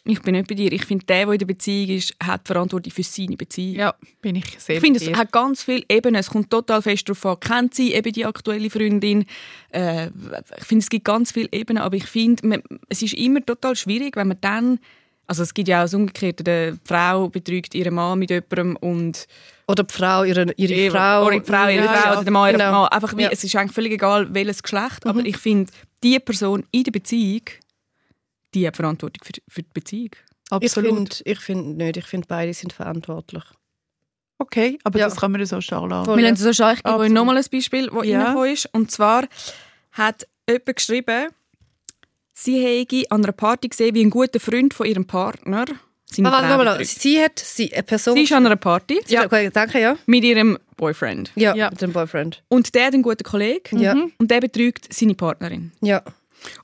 Speaker 3: Ich bin nicht bei dir. Ich finde, der, der in der Beziehung ist, hat die Verantwortung für seine Beziehung.
Speaker 1: Ja, bin ich sehr
Speaker 3: Ich finde,
Speaker 1: bei
Speaker 3: es
Speaker 1: dir.
Speaker 3: hat ganz viele Ebenen. Es kommt total fest darauf an, kennt sie eben die aktuelle Freundin. Äh, ich finde, es gibt ganz viele Ebenen, aber ich finde, man- es ist immer total schwierig, wenn man dann, also es gibt ja auch das Umgekehrte, die Frau betrügt ihren Mann mit jemandem und
Speaker 2: Oder die Frau, ihre, ihre Frau.
Speaker 3: oder die Frau, ihre
Speaker 2: Ja,
Speaker 3: Frau,
Speaker 2: ja.
Speaker 3: oder der Mann, ihre
Speaker 2: Genau.
Speaker 3: Mann. Einfach wie,
Speaker 2: Ja.
Speaker 3: Es ist eigentlich völlig egal, welches Geschlecht, aber ich finde, die Person in der Beziehung, die hat Verantwortung für, für die Beziehung.
Speaker 2: Ich
Speaker 1: Absolut.
Speaker 2: finde ich find nicht. Ich finde, beide sind verantwortlich.
Speaker 1: Okay, aber
Speaker 2: Ja.
Speaker 1: das kann man so stehen lassen.
Speaker 2: Voll.
Speaker 3: Wir lassen es so schauen. Ich gebe euch
Speaker 1: Absolut.
Speaker 3: nochmal ein Beispiel, das
Speaker 1: Ja.
Speaker 3: reingekommen ist. Und zwar hat jemand geschrieben, sie hätte an einer Party gesehen, wie ein guter Freund von ihrem Partner seine
Speaker 2: Aber warte
Speaker 3: Frau
Speaker 2: mal,
Speaker 3: betrügt.
Speaker 2: sie hat sie, eine Person.
Speaker 3: Sie ist halt- an einer Party
Speaker 2: ja. okay, danke, ja.
Speaker 3: mit ihrem Boyfriend.
Speaker 2: Ja,
Speaker 1: Ja.
Speaker 2: mit dem Boyfriend.
Speaker 3: Und der hat einen guten Kollegen. Mhm.
Speaker 2: Ja.
Speaker 3: Und der betrügt seine Partnerin.
Speaker 2: Ja.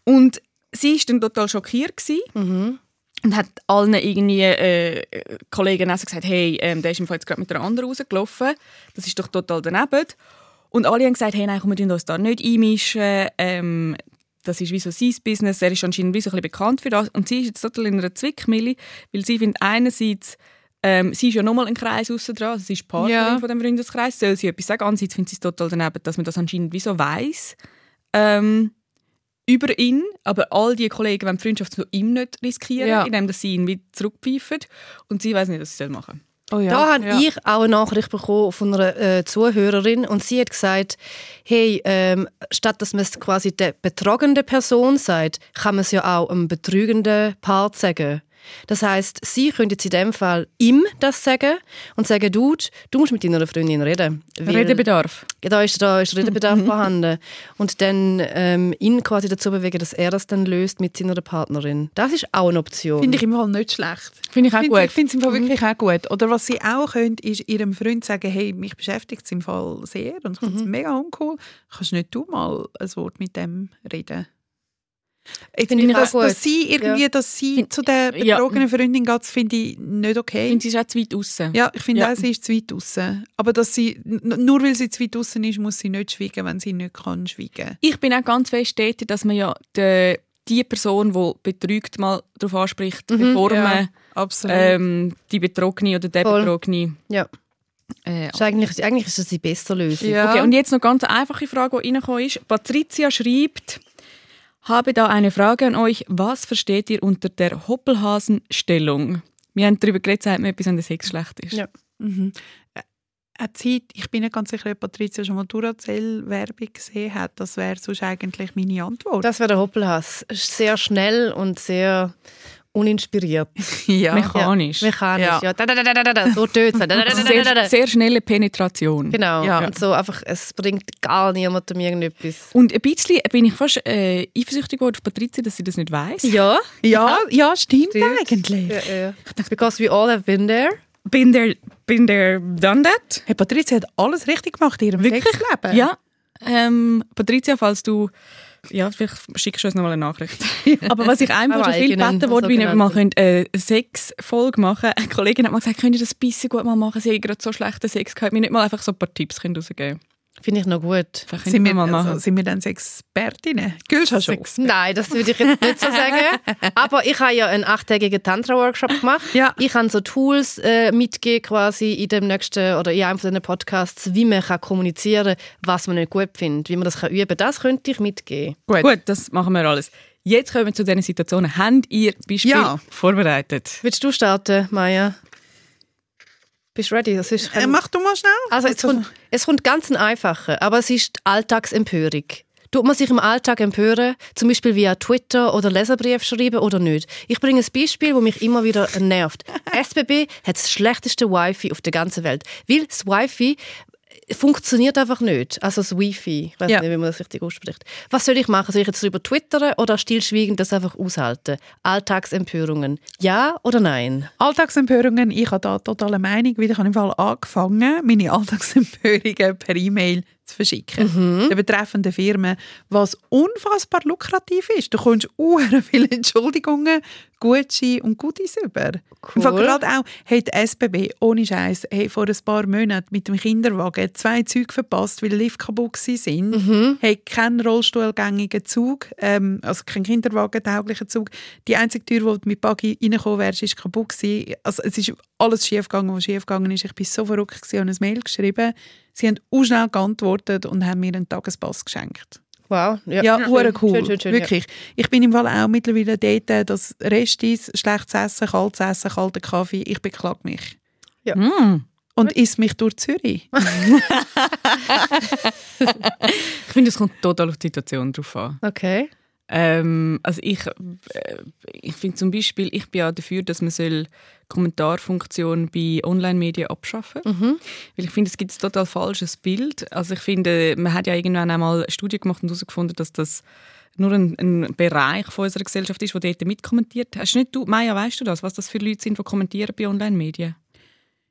Speaker 3: Und sie war dann total schockiert. Gewesen. Und hat allen irgendwie, äh, Kollegen auch so gesagt, hey, ähm, der ist im Fall jetzt gerade mit einer anderen rausgelaufen. Das ist doch total daneben. Und alle haben gesagt, hey, nein, komm, wir müssen uns da nicht einmischen. Ähm, das ist wie so sein Business. Er ist anscheinend wie so ein bisschen bekannt für das. Und sie ist jetzt total in einer Zwickmühle, weil sie findet einerseits, ähm, sie ist ja nochmal ein Kreis aussen dran, also sie ist Partnerin
Speaker 1: Ja.
Speaker 3: von dem Freundeskreis, soll sie etwas sagen. Andererseits findet sie es total daneben, dass man das anscheinend wie so weiss. Ähm, über ihn, aber all die Kollegen wollen die Freundschaft zu ihm nicht riskieren,
Speaker 1: Ja.
Speaker 3: indem dass sie ihn wieder zurückpfeifen. Und sie weiß nicht, was sie machen
Speaker 1: Oh ja,
Speaker 2: Da habe
Speaker 1: ja.
Speaker 2: ich auch eine Nachricht bekommen von einer äh, Zuhörerin und sie hat gesagt, hey, ähm, statt dass man es quasi der betrogenen Person sagt, kann man es ja auch einem betrügenden Part sagen. Das heißt, sie könnte jetzt in dem Fall ihm das sagen und sagen, Dude, du musst mit deiner Freundin reden. weil-
Speaker 3: Redebedarf.
Speaker 2: ja, da ist, da ist Redebedarf vorhanden. Und dann ähm, ihn quasi dazu bewegen, dass er das dann löst mit seiner Partnerin. Das ist auch eine Option.
Speaker 1: Finde ich im Fall nicht schlecht.
Speaker 3: Finde ich auch
Speaker 1: Finde-
Speaker 3: gut. Mhm.
Speaker 1: Ich finde es im Fall wirklich auch gut. Oder was sie auch können, ist ihrem Freund sagen, hey, mich beschäftigt es im Fall sehr und ich finde
Speaker 3: Mhm.
Speaker 1: es mega uncool. Kannst nicht du mal ein Wort mit dem reden? Jetzt,
Speaker 2: Finde ich auch
Speaker 1: dass,
Speaker 2: gut.
Speaker 1: dass sie irgendwie, dass sie zu der
Speaker 3: ja.
Speaker 1: betrogenen Freundin geht, das finde ich nicht
Speaker 3: Ich
Speaker 1: okay.
Speaker 3: finde, sie ist auch zu weit aussen.
Speaker 1: Ja, ich finde
Speaker 3: Ja.
Speaker 1: auch, sie ist zu weit draussen. Aber dass sie, n- nur weil sie zu weit draussen ist, muss sie nicht schweigen, wenn sie nicht kann schweigen.
Speaker 3: Ich bin auch ganz fest dort, dass man ja de, die Person, die betrügt, mal darauf anspricht, bevor man
Speaker 1: absolut.
Speaker 3: ähm, die Betrogene oder der
Speaker 2: Voll.
Speaker 3: Betrogene...
Speaker 2: ja.
Speaker 3: Äh,
Speaker 2: Ist eigentlich, eigentlich ist das die beste Lösung.
Speaker 1: Ja.
Speaker 3: Okay, und jetzt noch ganz eine einfache Frage, die reingekommen ist. Patricia schreibt, habe da eine Frage an euch. Was versteht ihr unter der Hoppelhasenstellung? Wir haben darüber geredet, seit mir etwas an der Sex schlecht ist.
Speaker 2: Ja.
Speaker 1: Mhm. Ä- Eine Zeit, ich bin nicht ganz sicher, ob Patricia schon mal Duracell-Werbung gesehen hat. Das wäre sonst eigentlich meine Antwort.
Speaker 2: Das wäre der Hoppelhass. Sehr schnell und sehr uninspiriert.
Speaker 1: ja.
Speaker 3: Mechanisch. Also
Speaker 2: Ja, mechanisch,
Speaker 1: Ja.
Speaker 2: ja. Da, da, da, da, da, da. So töten. Da, da, da, da, da, da, da.
Speaker 3: Sehr, sehr schnelle Penetration.
Speaker 2: Genau.
Speaker 1: Ja.
Speaker 2: Und so einfach, es bringt gar niemandem irgendetwas.
Speaker 3: Und ein bisschen bin ich fast äh, eifersüchtig geworden auf Patricia, dass sie das nicht weiß.
Speaker 2: Ja.
Speaker 1: Ja, ja, stimmt,
Speaker 2: Stimmt.
Speaker 1: eigentlich.
Speaker 2: ja, ja. Because we all have been there.
Speaker 3: Bin der, bin der done that?
Speaker 1: Hey, Patricia hat alles richtig gemacht in ihrem Sexleben.
Speaker 3: Ja. Ähm, Patricia, falls du. Ja, vielleicht schickst du uns nochmal eine Nachricht. Aber was ich einfach
Speaker 2: Eine
Speaker 3: schon viel
Speaker 2: eigene,
Speaker 3: gebeten
Speaker 1: also
Speaker 3: wurde, wie wir
Speaker 1: genau
Speaker 2: sogenannte.
Speaker 3: mal können, äh, Sex-Folge machen Eine Kollegin hat mal gesagt, könnt ihr das ein bisschen gut mal machen? Sie haben gerade so schlechten Sex gehabt. Mir nicht mal einfach so ein paar Tipps können rausgeben
Speaker 2: Finde ich noch gut.
Speaker 3: Vielleicht
Speaker 1: Sind
Speaker 3: könnten
Speaker 1: wir,
Speaker 3: mal
Speaker 1: also,
Speaker 3: machen.
Speaker 1: sind wir dann Expertinnen? Gehst du schon?
Speaker 2: Nein, das würde ich jetzt nicht so sagen. Aber ich habe ja einen achttägigen Tantra-Workshop gemacht.
Speaker 1: Ja.
Speaker 2: Ich habe so Tools äh, mitgegeben quasi in dem nächsten oder in einem von den Podcasts, wie man kann kommunizieren kann, was man nicht gut findet, wie man das kann üben kann. Das könnte ich mitgeben.
Speaker 1: Gut.
Speaker 3: Gut, das machen wir alles. Jetzt kommen wir zu diesen Situationen. Habt ihr Beispiele
Speaker 1: Ja.
Speaker 3: vorbereitet?
Speaker 2: Willst du starten, Maya? Bist du ready? Das ist
Speaker 1: Äh, mach du mal schnell.
Speaker 2: Also es kommt, es kommt ganz ein einfacher, aber es ist Alltagsempörung. Tut man sich im Alltag empören, zum Beispiel via Twitter oder Leserbrief schreiben oder nicht? Ich bringe ein Beispiel, das mich immer wieder nervt. SBB hat das schlechteste Wi-Fi auf der ganzen Welt, weil das Wi-Fi funktioniert einfach nicht. Also das Wi-Fi, ich weiß
Speaker 3: Ja.
Speaker 2: nicht, wie man das richtig ausspricht. Was soll ich machen? Soll ich jetzt darüber twittern oder stillschweigend das einfach aushalten? Alltagsempörungen, ja oder nein?
Speaker 1: Alltagsempörungen, ich habe da totale Meinung, weil ich habe im Fall angefangen, meine Alltagsempörungen per E-Mail zu verschicken. Der betreffenden Firmen, was unfassbar lukrativ ist. Du kommst uhren viele Entschuldigungen, Gutscheine und Goodies über. Im Fall
Speaker 2: Cool.
Speaker 1: gerade auch, hey, die SBB, ohne Scheiß, hey, vor ein paar Monaten mit dem Kinderwagen zwei Züge verpasst, weil die Lift kaputt gewesen sind. Hey, keinen rollstuhlgängigen Zug, ähm, also keinen Kinderwagen-tauglichen Zug. Die einzige Tür, wo du mit Buggy reingekommen wärst, ist kaputt gewesen. Also, es ist alles schiefgegangen, was schiefgegangen ist. Ich bin so verrückt gewesen, habe ein Mail geschrieben. Sie haben auch schnell geantwortet und haben mir einen Tagespass geschenkt.
Speaker 2: Wow.
Speaker 1: Ja, hure cool.
Speaker 2: Schön, schön, schön, ja.
Speaker 1: Wirklich. Ich bin im Fall auch mittlerweile dort, äh, dass Restis, schlechtes Essen, kaltes Essen, kalter Kaffee, ich beklag mich.
Speaker 2: Ja.
Speaker 1: Und isst mich durch Zürich.
Speaker 3: Ich finde, es kommt total auf die Situation drauf an.
Speaker 2: Okay.
Speaker 3: Ähm, also ich, äh, ich finde zum Beispiel, ich bin ja dafür, dass man soll Kommentarfunktion bei Online-Medien abschaffen
Speaker 1: Mhm.
Speaker 3: Weil ich finde, es gibt ein total falsches Bild. Also ich finde, man hat ja irgendwann einmal eine Studie gemacht und herausgefunden, dass das nur ein, ein Bereich von unserer Gesellschaft ist, der dort mitkommentiert. Hast nicht du, Maya, weißt du das, was das für Leute sind, die kommentieren bei Online-Medien?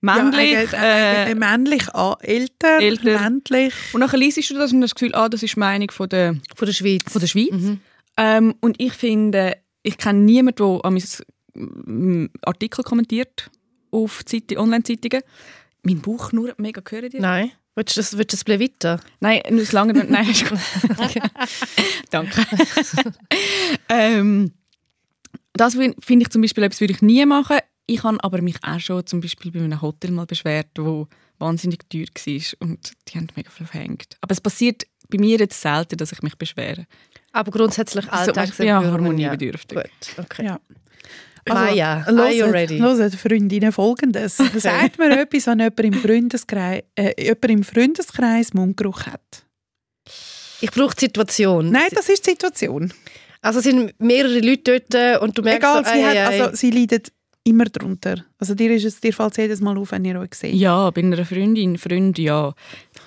Speaker 3: Männlich,
Speaker 1: Ja, äh, äh,
Speaker 3: äh,
Speaker 1: äh, männlich, äh, älter,
Speaker 3: älter.
Speaker 1: ländlich.
Speaker 3: und nachher liest du das und hast das Gefühl, ah, das ist die Meinung von der
Speaker 2: Von der Schweiz.
Speaker 3: von der Schweiz. Ähm, und ich finde, ich kenne niemanden, der an meinen Artikel kommentiert auf Zeiti- Online-Zeitungen. Mein Bauch nur mega gehört dir.
Speaker 2: Nein. Willst du das, willst du das bleiben weiter?
Speaker 3: Nein, es lange nicht. Nein, ist gut. Danke. ähm, das win- finde ich zum Beispiel etwas, würde ich nie machen. Ich habe aber mich auch schon zum Beispiel bei einem Hotel mal beschwert, wo wahnsinnig teuer war und die haben mega viel verhängt. Aber es passiert bei mir jetzt selten, dass ich mich beschwere.
Speaker 2: Aber grundsätzlich
Speaker 3: Also,
Speaker 2: Alltags
Speaker 3: ich bin ja harmoniebedürftig.
Speaker 2: Gut, okay.
Speaker 1: Ja.
Speaker 2: Also,
Speaker 1: Also,
Speaker 2: Maya,
Speaker 1: hört-
Speaker 2: are you ready?
Speaker 1: hört, Freundinnen, folgendes. Sagt mir etwas, wenn jemand im Freundeskreis, äh, jemand im Freundeskreis Mundgeruch hat.
Speaker 2: Ich brauche die Situation.
Speaker 1: Nein, das ist die Situation.
Speaker 2: Also es sind mehrere Leute dort äh, und du merkst,
Speaker 1: Egal,
Speaker 2: so,
Speaker 1: sie,
Speaker 2: ei,
Speaker 1: hat,
Speaker 2: ei, ei.
Speaker 1: also, sie leidet immer darunter. Also dir, ist es, dir fällt es jedes Mal auf, wenn ihr euch seht.
Speaker 3: Ja, bei einer Freundin, Freund, ja.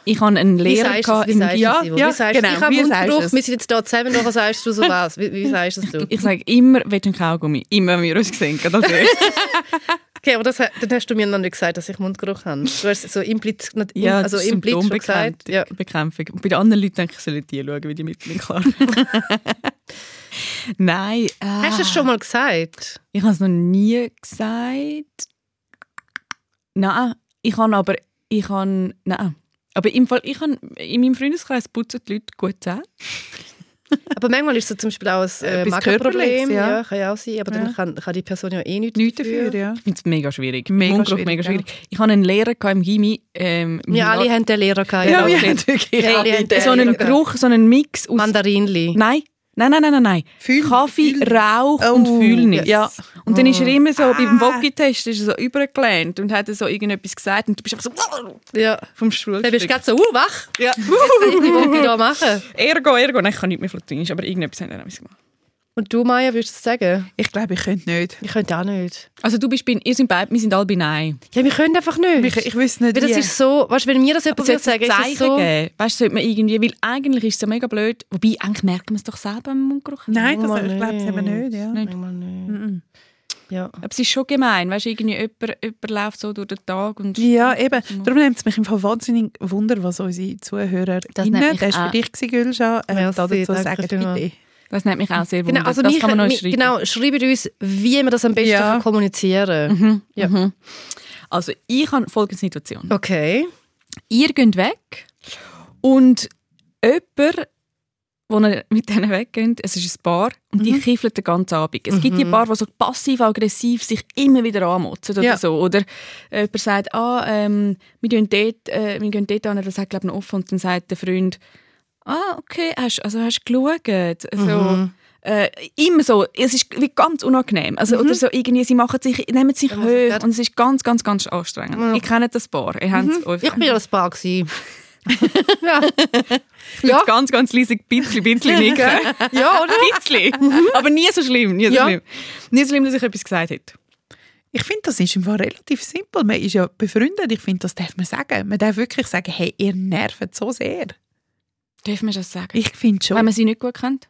Speaker 3: Ich habe einen
Speaker 2: wie
Speaker 3: Lehrer
Speaker 2: sagst du es,
Speaker 3: gehabt
Speaker 2: wie
Speaker 3: im
Speaker 2: sagst du
Speaker 1: Ja,
Speaker 2: es, Ivo?
Speaker 1: ja,
Speaker 2: wie sagst du es?
Speaker 1: genau,
Speaker 2: Ich habe
Speaker 1: wie sagst du
Speaker 2: Mundgeruch,
Speaker 1: es?
Speaker 2: wir sind jetzt hier zusammen, nachher sagst du so was. Wie, wie sagst du es du?
Speaker 3: Ich sage immer, willst du einen Kaugummi? Immer, wenn wir uns sehen. Das ist-
Speaker 2: Okay, aber das, dann hast du mir noch nicht gesagt, dass ich Mundgeruch habe. Du hast es so implizit, nicht,
Speaker 3: ja,
Speaker 2: also implizit schon gesagt. Ja.
Speaker 3: Bekämpfung. Und bei den anderen Leuten denke ich, sollen die schauen, wie die mit mir klarkommen. Nein. Äh,
Speaker 2: Hast du es schon mal gesagt?
Speaker 3: Ich habe es noch nie gesagt. Nein, ich habe aber... Ich habe... Nein. Aber im Fall, ich habe, in meinem Freundeskreis putzen die Leute gut Zähne.
Speaker 2: Aber manchmal ist es zum Beispiel auch ein äh,
Speaker 1: Etwas Körperliches,
Speaker 2: Magenproblem.
Speaker 1: ja.
Speaker 2: Ja. kann ja auch sein. Aber
Speaker 1: Ja.
Speaker 2: dann kann, kann die Person ja eh nichts,
Speaker 1: Nichts dafür, ja.
Speaker 3: Ich finde es mega schwierig.
Speaker 1: Mega
Speaker 3: Mundgeruch,
Speaker 1: schwierig,
Speaker 3: mega
Speaker 1: ja.
Speaker 3: schwierig. Ich habe einen Lehrer gehabt im Gimmi. Ähm,
Speaker 2: Wir alle haben den Lehrer gehabt.
Speaker 1: Ja,
Speaker 2: genau.
Speaker 1: wir haben wirklich
Speaker 2: Hey,
Speaker 1: alle
Speaker 2: ihr habt
Speaker 1: den-
Speaker 3: so einen
Speaker 2: Lehrer gehabt.
Speaker 3: Geruch, so einen Mix aus
Speaker 2: Mandarinli.
Speaker 3: Nein, nein, nein, nein, nein, nein.
Speaker 1: Fühl-
Speaker 3: Kaffee,
Speaker 1: Fühl-
Speaker 3: Rauch
Speaker 1: Oh,
Speaker 3: und Fühlnis.
Speaker 1: ja.
Speaker 3: Und dann ist er immer so, beim
Speaker 1: Ah.
Speaker 3: Wokitest ist er so übergelernt und hat er so irgendetwas gesagt und du bist einfach so
Speaker 2: Ja.
Speaker 3: vom Stuhl.
Speaker 2: Dann bist du
Speaker 3: gespickt.
Speaker 2: gerade so, uh, wach,
Speaker 3: ja.
Speaker 2: was wollte ich da machen?
Speaker 3: Ergo, ergo. Nein, ich kann nicht mehr Lateinisch, aber irgendetwas haben wir gemacht.
Speaker 2: Und du, Maya, würdest du es sagen?
Speaker 1: Ich glaube, ich könnte nicht.
Speaker 2: Ich könnte auch nicht.
Speaker 3: Also du bist bei, ihr sind beide, wir sind alle bei Nein.
Speaker 2: Ja, wir können einfach
Speaker 1: Ich,
Speaker 2: nicht.
Speaker 1: ich wüsste nicht,
Speaker 2: Weil das
Speaker 1: wie.
Speaker 2: ist so, weißt du, wenn mir das jemand würde
Speaker 3: Sollte
Speaker 2: sagen,
Speaker 3: es
Speaker 2: ist
Speaker 3: Zeichen
Speaker 2: es so...
Speaker 3: geben? Weißt du, sollte man irgendwie, weil eigentlich ist es ja mega blöd. Wobei, eigentlich merken wir es doch selber im Mundgeruch.
Speaker 1: Nein,
Speaker 2: Manchmal
Speaker 1: das, ich glaube es eben
Speaker 2: nicht.
Speaker 1: nicht. Ja.
Speaker 2: Manchmal nicht. Ja.
Speaker 3: Aber es ist schon gemein, weißt du, irgendwie jemand, jemand läuft so durch den Tag und...
Speaker 1: Ja, eben. Darum nimmt es mich im Fall wahnsinnig Wunder, was unsere Zuhörer
Speaker 5: Das nimmt mich
Speaker 1: das war
Speaker 5: auch.
Speaker 1: für dich, gewesen, Gülscha, ähm,
Speaker 2: Merci,
Speaker 1: dazu
Speaker 2: danke
Speaker 1: sagen,
Speaker 2: vielmals.
Speaker 1: bitte.
Speaker 3: Das nimmt mich auch sehr wunder.
Speaker 2: Genau, also
Speaker 3: das
Speaker 2: mich,
Speaker 3: kann man noch
Speaker 2: mich,
Speaker 3: schreiben.
Speaker 2: genau, schreibt uns, wie man das am besten
Speaker 1: Ja.
Speaker 2: kann kommunizieren kann. Ja.
Speaker 3: Mhm. Also ich habe folgende Situation.
Speaker 2: Okay.
Speaker 3: Ihr geht weg und jemand, wo ihr mit denen weggeht, es ist ein Paar, und
Speaker 2: Mhm.
Speaker 3: die kiffeln den ganzen Abend. Es gibt die Paar, die so passiv-aggressiv sich immer wieder anmotzen oder
Speaker 1: Ja.
Speaker 3: so. Oder jemand sagt, ah, ähm, wir gehen dort, äh, wir gehen dort an, das hat glaube ich noch offen, und dann sagt der Freund, ah, okay, hast, also hast du geschaut? So,
Speaker 2: Mhm.
Speaker 3: äh, immer so, es ist wie ganz unangenehm. Also,
Speaker 2: Mhm.
Speaker 3: Oder so irgendwie, sie machen sich, nehmen sich
Speaker 2: muss ich
Speaker 3: hoch
Speaker 2: gerade-
Speaker 3: und es ist ganz, ganz, ganz anstrengend.
Speaker 2: Ja. Mhm.
Speaker 3: Ihr kennt das Paar, ihr habt es euch
Speaker 2: Ich bin ja ein Paar. gewesen. ja.
Speaker 3: ja.
Speaker 2: Ja.
Speaker 3: ganz, ganz leise bisschen, bisschen nicken.
Speaker 2: ja, oder?
Speaker 3: bisschen. Aber nie so schlimm, nie so
Speaker 2: Ja.
Speaker 3: schlimm. Nie so schlimm, dass ich etwas gesagt hätte.
Speaker 1: Ich finde, das ist im Fall relativ simpel. Man ist ja befreundet. Ich finde, das darf man sagen. Man darf wirklich sagen, hey, ihr nervt so sehr.
Speaker 3: Dürfen wir das sagen?
Speaker 1: Ich finde schon.
Speaker 3: Wenn man sie nicht gut kennt?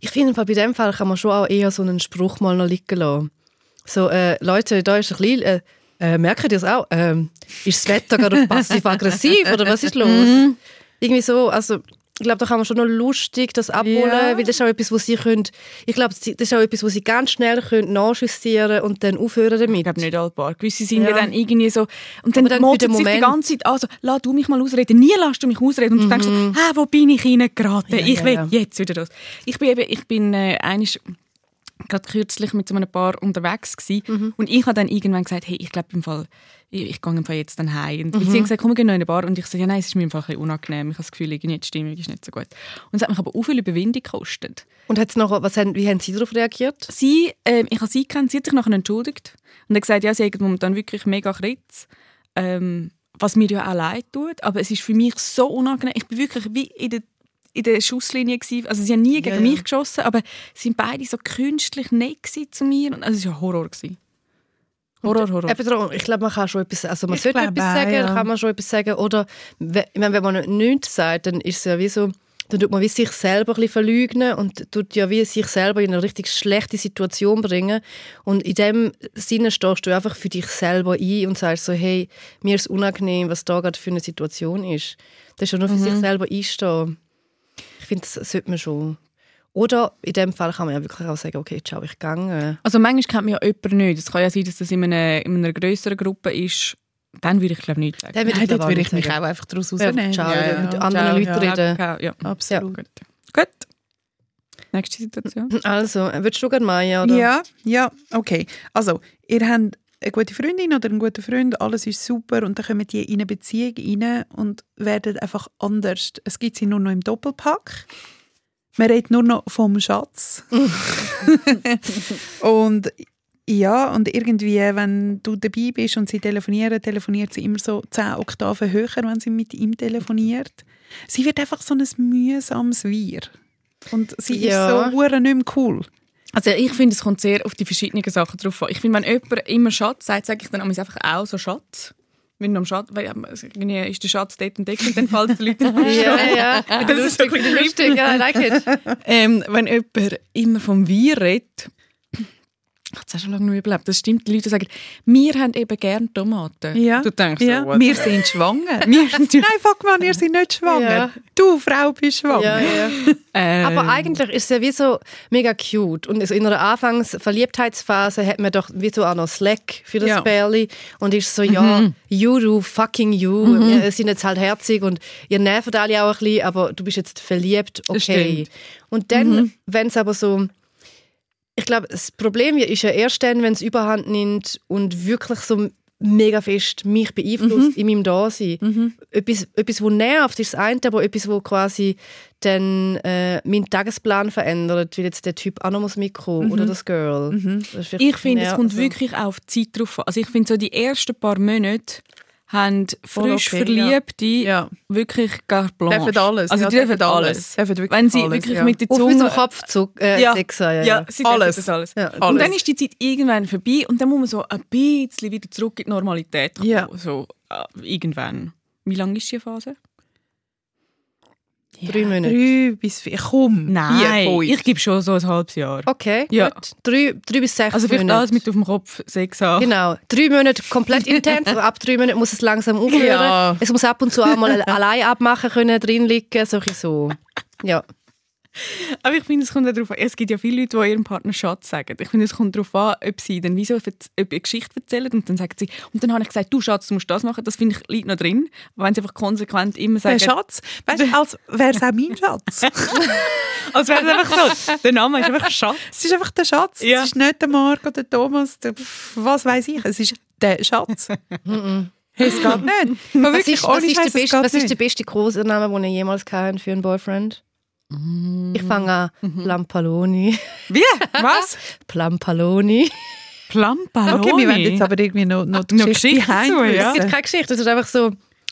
Speaker 2: Ich finde, im Fall bei dem Fall kann man schon auch eher so einen Spruch mal noch liegen lassen. So, äh, Leute, da ist ein bisschen, äh, äh, merkt ihr es auch? Ähm, ist das Wetter gerade auf passiv-aggressiv oder was ist los?
Speaker 3: Mhm.
Speaker 2: Irgendwie so, also ich glaube, da kann man schon noch lustig das abholen,
Speaker 1: Ja.
Speaker 2: weil das ist auch etwas, was sie können, ich glaube, das ist auch etwas, was sie ganz schnell können nachjustieren und dann aufhören damit.
Speaker 3: Ich glaube nicht alle paar. Gewisse sind ja.
Speaker 2: Ja.
Speaker 3: dann irgendwie so... Und dann,
Speaker 2: Aber dann für
Speaker 3: motzen
Speaker 2: den
Speaker 3: sich die
Speaker 2: Moment.
Speaker 3: ganze Zeit an, so, lass du mich mal ausreden. Nie lass du mich ausreden. Und du denkst so, hä, wo bin ich hineingeraten? ich
Speaker 2: Mhm. ja,
Speaker 3: will
Speaker 2: ja.
Speaker 3: jetzt wieder das. Ich bin eben, ich bin äh, einisch gerade kürzlich mit so einem Paar unterwegs gsi
Speaker 2: Mhm.
Speaker 3: und ich habe dann irgendwann gesagt, hey, ich glaube im Fall, ich, ich gehe im Fall jetzt dann heim. Und
Speaker 2: Mhm.
Speaker 3: sie haben gesagt, komm, wir gehen noch in eine Bar. Und ich sage, ja nein, es ist mir im Fall ein bisschen unangenehm. Ich habe das Gefühl, irgendwie die Stimmung ist nicht so gut. Und es hat mich aber auch viel Überwindung gekostet
Speaker 2: Und hat's noch, was haben, wie haben sie darauf reagiert?
Speaker 3: sie, ähm, ich habe sie kennt, sie hat sich nachher entschuldigt und hat gesagt, ja, sie hat momentan wirklich mega Kritz, ähm, was mir ja auch leid tut, aber es ist für mich so unangenehm. Ich bin wirklich wie in der, in der Schusslinie gewesen. Also sie haben nie gegen
Speaker 2: ja.
Speaker 3: mich geschossen, aber sie sind beide so künstlich nett gewesen zu mir. Und- Also es war ja Horror. Gewesen. Horror, Horror.
Speaker 2: äh, Eben darum, ich glaube, man kann schon etwas, also man
Speaker 1: Ich
Speaker 2: sollte
Speaker 1: glaube
Speaker 2: etwas
Speaker 1: auch,
Speaker 2: sagen,
Speaker 1: ja.
Speaker 2: kann man schon etwas sagen. Oder we- ich meine, wenn man nichts sagt, dann ist es ja wie so, dann tut man wie sich selber ein bisschen verleugnen und tut ja wie sich selber in eine richtig schlechte Situation bringen. Und in dem Sinne stehst du einfach für dich selber ein und sagst so, hey, mir ist unangenehm, was da gerade für eine Situation ist. Das ist ja nur für
Speaker 1: Mhm.
Speaker 2: sich selber einstehen. Ich finde, das sollte man schon. Oder in dem Fall kann man ja wirklich auch sagen, okay, ciao, ich gehe.
Speaker 3: Also manchmal kennt man ja jemanden nicht. Es kann ja sein, dass das in einer, in einer grösseren Gruppe ist. Dann würde ich glaube ich, nichts sagen.
Speaker 2: Dann
Speaker 1: Nein, dort
Speaker 2: aber
Speaker 1: würde
Speaker 2: nicht
Speaker 1: ich mich
Speaker 2: sagen.
Speaker 1: auch einfach daraus
Speaker 2: Ja,
Speaker 1: rausnehmen.
Speaker 2: ciao,
Speaker 1: Ja, ja,
Speaker 2: mit
Speaker 1: ja.
Speaker 2: anderen
Speaker 1: Ciao,
Speaker 2: Leuten
Speaker 1: ja.
Speaker 2: reden.
Speaker 3: Ja, genau. ja.
Speaker 1: Absolut.
Speaker 3: Gut. Gut. Nächste Situation.
Speaker 2: Also, äh, würdest du gerne Maya? Oder?
Speaker 1: Ja, ja, okay. Also, ihr habt eine gute Freundin oder einen guten Freund, alles ist super und dann kommen die in eine Beziehung rein und werden einfach anders. Es gibt sie nur noch im Doppelpack. Man redet nur noch vom Schatz. und ja, und irgendwie, wenn du dabei bist und sie telefonieren, telefoniert sie immer so 10 Oktaven höher, wenn sie mit ihm telefoniert. Sie wird einfach so ein mühsames Wir. Und sie
Speaker 2: Ja.
Speaker 1: ist so hure nicht mehr cool.
Speaker 3: Also ich finde, es kommt sehr auf die verschiedenen Sachen drauf an. Ich finde, wenn jemand immer Schatz sagt, sage ich dann manchmal einfach auch so Schatz. Wenn du am Schatz, weil ähm, irgendwie ist der Schatz dort und dort und dann fallen die Leute
Speaker 2: Ja, ja.
Speaker 3: Das ist so ein bisschen
Speaker 2: lustig. Ja, I like it.
Speaker 3: ähm, Wenn jemand immer vom Wir redet, ich habe schon lange nicht mehr überlebt, das stimmt, die Leute sagen, wir haben eben gerne Tomaten.
Speaker 1: Ja.
Speaker 3: Du denkst
Speaker 1: Ja.
Speaker 3: so, what?
Speaker 1: wir sind schwanger.
Speaker 3: Wir sind ja-
Speaker 1: Nein, fuck man, ihr seid nicht schwanger.
Speaker 2: Ja.
Speaker 1: Du, Frau, bist schwanger.
Speaker 2: Ja, ja.
Speaker 1: Ähm.
Speaker 2: Aber eigentlich ist es ja wie so mega cute. Und so in einer Anfangs-Verliebtheitsphase hat man doch wie so auch noch Slack für das
Speaker 1: Ja. Mhm.
Speaker 2: Bärli. Und ist so, ja, you do fucking you. Wir sind jetzt halt herzig und ihr nervt alle auch ein bisschen, aber du bist jetzt verliebt, okay.
Speaker 3: stimmt.
Speaker 2: Und dann,
Speaker 1: Mhm.
Speaker 2: wenn es aber so ich glaube, das Problem ist ja erst dann, wenn es überhand nimmt und wirklich so mega fest mich
Speaker 3: Mhm.
Speaker 2: beeinflusst in meinem Dasein. Etwas, etwas, was nervt, ist das eine, aber etwas, wo quasi dann äh, meinen Tagesplan verändert, weil jetzt der Typ auch noch muss mitkommen oder das Girl. Das ist vielleicht
Speaker 3: Mhm. Ich finde, es
Speaker 2: nerv-
Speaker 3: kommt
Speaker 2: also-
Speaker 3: wirklich auch auf die Zeit drauf an. Also ich finde, so die ersten paar Monate haben frisch
Speaker 1: okay,
Speaker 3: Verliebte
Speaker 1: Ja.
Speaker 3: wirklich gar blanche.
Speaker 1: Dürfen alles,
Speaker 3: Also
Speaker 1: ja,
Speaker 3: die dürfen
Speaker 1: dürfen alles.
Speaker 3: alles.
Speaker 1: Dürfen wirklich
Speaker 3: Wenn sie
Speaker 1: alles,
Speaker 3: wirklich
Speaker 1: ja.
Speaker 3: mit der
Speaker 2: Auf mit so
Speaker 3: Zunge...
Speaker 2: einem Kopfzug äh,
Speaker 3: Ja.
Speaker 2: Sex haben, ja.
Speaker 3: ja, sie dürfen
Speaker 1: Alles.
Speaker 3: das alles.
Speaker 2: Ja.
Speaker 3: Und
Speaker 1: Alles.
Speaker 3: dann ist die Zeit irgendwann vorbei und dann muss man so ein bisschen wieder zurück in die Normalität kommen.
Speaker 1: Ja.
Speaker 3: So, äh, irgendwann. Wie lange ist die Phase?
Speaker 2: Drei Monate.
Speaker 1: Drei bis vier. Komm, vier,
Speaker 3: Nein,
Speaker 1: fünf.
Speaker 3: ich gebe schon so ein halbes Jahr.
Speaker 2: Okay,
Speaker 3: Ja.
Speaker 2: gut. Drei, drei bis sechs
Speaker 3: Also vielleicht
Speaker 2: Monate.
Speaker 3: alles mit auf dem Kopf, sechs an.
Speaker 2: Genau, drei Monate komplett intern, aber ab drei Monaten muss es langsam aufhören.
Speaker 1: Ja.
Speaker 2: Es muss ab und zu auch mal allein abmachen können, drin liegen, solche so. Ja,
Speaker 3: Aber ich finde, es kommt auch darauf an. Es gibt ja viele Leute, die ihrem Partner Schatz sagen. Ich finde, es kommt darauf an, ob sie dann wieso ob eine Geschichte erzählen und dann sagt sie, und dann habe ich gesagt, du Schatz, du musst das machen. Das finde ich liegt noch drin. Aber wenn sie einfach konsequent immer
Speaker 1: Der
Speaker 3: sagen,
Speaker 1: Schatz, weißt du, als wäre es auch mein Schatz.
Speaker 3: als wäre es einfach so. Der Name ist einfach Schatz.
Speaker 1: Es ist einfach der Schatz.
Speaker 3: Ja.
Speaker 1: Es ist nicht der Marc oder der Thomas, der, pff, was weiß ich. Es ist der Schatz. hey, es geht nicht. Aber
Speaker 2: was
Speaker 1: wirklich,
Speaker 2: ist, was
Speaker 1: ohne
Speaker 2: ist,
Speaker 1: Scheiß, es
Speaker 2: der, beste,
Speaker 1: geht
Speaker 2: was ist
Speaker 1: nicht.
Speaker 2: der beste Kosename, den ihr jemals gehabt habt für einen Boyfriend? Ich fange an, Lampaloni.
Speaker 3: Wie? Was?
Speaker 2: Plampaloni.
Speaker 3: Plampaloni?
Speaker 1: Okay, wir wollen jetzt aber irgendwie noch, noch die
Speaker 3: Noch
Speaker 1: Geschichte
Speaker 3: Geschichte
Speaker 1: behind
Speaker 3: dazu, ja.
Speaker 2: Es gibt
Speaker 1: wissen.
Speaker 2: keine Geschichte, es ist einfach so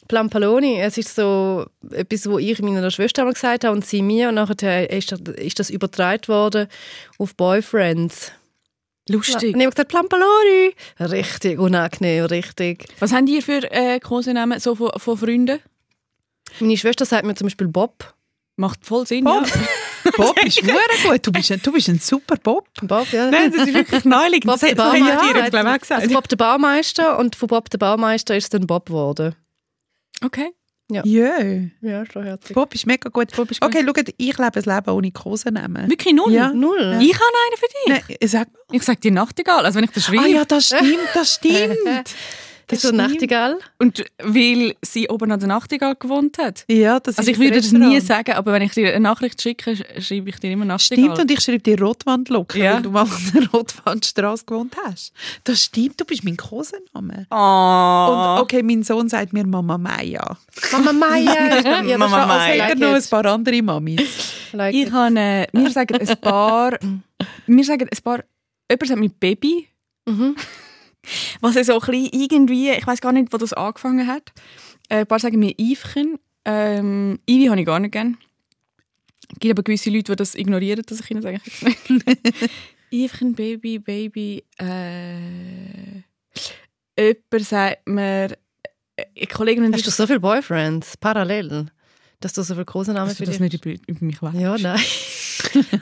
Speaker 2: Plampaloni. Es ist so etwas, wo ich meiner Schwester einmal gesagt habe und sie mir. Und nachher ist das, ist das übertragen worden auf Boyfriends.
Speaker 3: Lustig.
Speaker 2: Und ich habe gesagt, Plampaloni. Richtig unangenehm, richtig.
Speaker 3: Was habt ihr für äh, Kosenamen so von, von Freunden?
Speaker 2: Meine Schwester sagt mir zum Beispiel Bob.
Speaker 3: Macht voll Sinn,
Speaker 1: Bob.
Speaker 3: ja.
Speaker 1: Bob ist verdammt gut. Du bist, ein- du bist ein super Bob.
Speaker 2: Bob, ja.
Speaker 3: Nein, das ist wirklich naheliegend.
Speaker 2: Bob
Speaker 3: Das
Speaker 2: der
Speaker 3: hat- das haben ja
Speaker 2: Baumeister.
Speaker 3: die jetzt, glaube ich, auch gesagt.
Speaker 2: Also Bob der Baumeister und von Bob der Baumeister ist es dann Bob geworden.
Speaker 3: Okay.
Speaker 1: Jö.
Speaker 2: Ja, schon herzlich.
Speaker 1: Bob ist mega gut.
Speaker 3: Bob ist gut.
Speaker 1: okay, schaut, ich lebe ein Leben ohne Kosenamen.
Speaker 3: Wirklich null?
Speaker 1: Ja.
Speaker 2: Null.
Speaker 3: Ich habe einen für dich.
Speaker 1: Nein, sag mal.
Speaker 3: Ich sage dir Nachtigall. Also wenn ich das schreibe.
Speaker 1: Ah ja, das stimmt, das stimmt.
Speaker 2: Das ist so ein Nachtigall.
Speaker 3: Und weil sie oben an der Nachtigall gewohnt hat.
Speaker 1: Ja, das
Speaker 3: Also
Speaker 1: ist
Speaker 3: ich würde
Speaker 1: das
Speaker 2: dus
Speaker 3: das nie
Speaker 1: Restaurant.
Speaker 3: sagen, aber wenn ich dir eine Nachricht schicke, sch- schreibe ich dir immer Nachtigall.
Speaker 1: Stimmt, und ich schreibe dir Rotwandlocke,
Speaker 3: Ja.
Speaker 1: weil du mal an der Rotwandstraße gewohnt hast. Das stimmt, du bist mein Kosename.
Speaker 2: Ah.
Speaker 3: Oh.
Speaker 1: Und okay, mein Sohn sagt mir Mama Maya.
Speaker 2: Mama Maya. Ja, das
Speaker 3: Mama
Speaker 2: war-
Speaker 3: Maya.
Speaker 1: Sagt
Speaker 2: also, like
Speaker 1: er noch
Speaker 2: it.
Speaker 1: ein paar andere Mamis.
Speaker 2: Like
Speaker 3: ich
Speaker 2: it.
Speaker 3: habe, äh, wir sagen ein paar, wir sagen ein paar, jemand sagt mit Baby,
Speaker 2: Mhm.
Speaker 3: was er so ein bisschen irgendwie, ich weiß gar nicht, wo das angefangen hat. Äh, ein paar sagen mir Ivchen, ähm, Ivi habe ich gar nicht gern. Es gibt aber gewisse Leute, die das ignorieren, dass ich ihnen sage, ich habe es nicht gern. Ivchen, Baby, Baby, äh, jemand sagt mir, äh, Kollegen und
Speaker 2: Hast du so viele Boyfriends parallel, dass du so viele große Namen
Speaker 3: Dass du
Speaker 2: für
Speaker 3: das
Speaker 2: dich
Speaker 3: nicht über, über mich weißt.
Speaker 2: Ja, nein.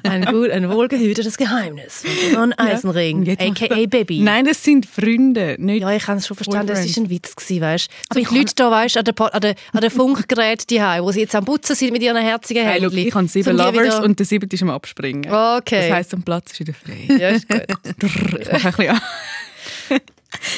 Speaker 2: Ein, gut, ein wohlgehütetes Geheimnis von Eisenring,
Speaker 3: Und jetzt machst du
Speaker 2: a.k.a. Baby.
Speaker 3: Nein, das sind Freunde, nicht
Speaker 2: Ja, ich habe es schon verstanden, es
Speaker 3: Boyfriend.
Speaker 2: war ein Witz, gewesen, weißt
Speaker 3: Also
Speaker 2: du. So die Leute da, weißt du, an den Po- an den an den Funkgeräten die wo sie jetzt am Putzen sind mit ihren herzigen
Speaker 3: Hey,
Speaker 2: Händen.
Speaker 3: look, ich habe sieben
Speaker 2: Zum die
Speaker 3: Lovers
Speaker 2: wieder-
Speaker 3: und der siebte ist am Abspringen.
Speaker 2: Okay.
Speaker 3: Das heisst, der Platz ist wieder frei.
Speaker 2: ja, ist gut.
Speaker 3: Drrr, ich mache ein bisschen an.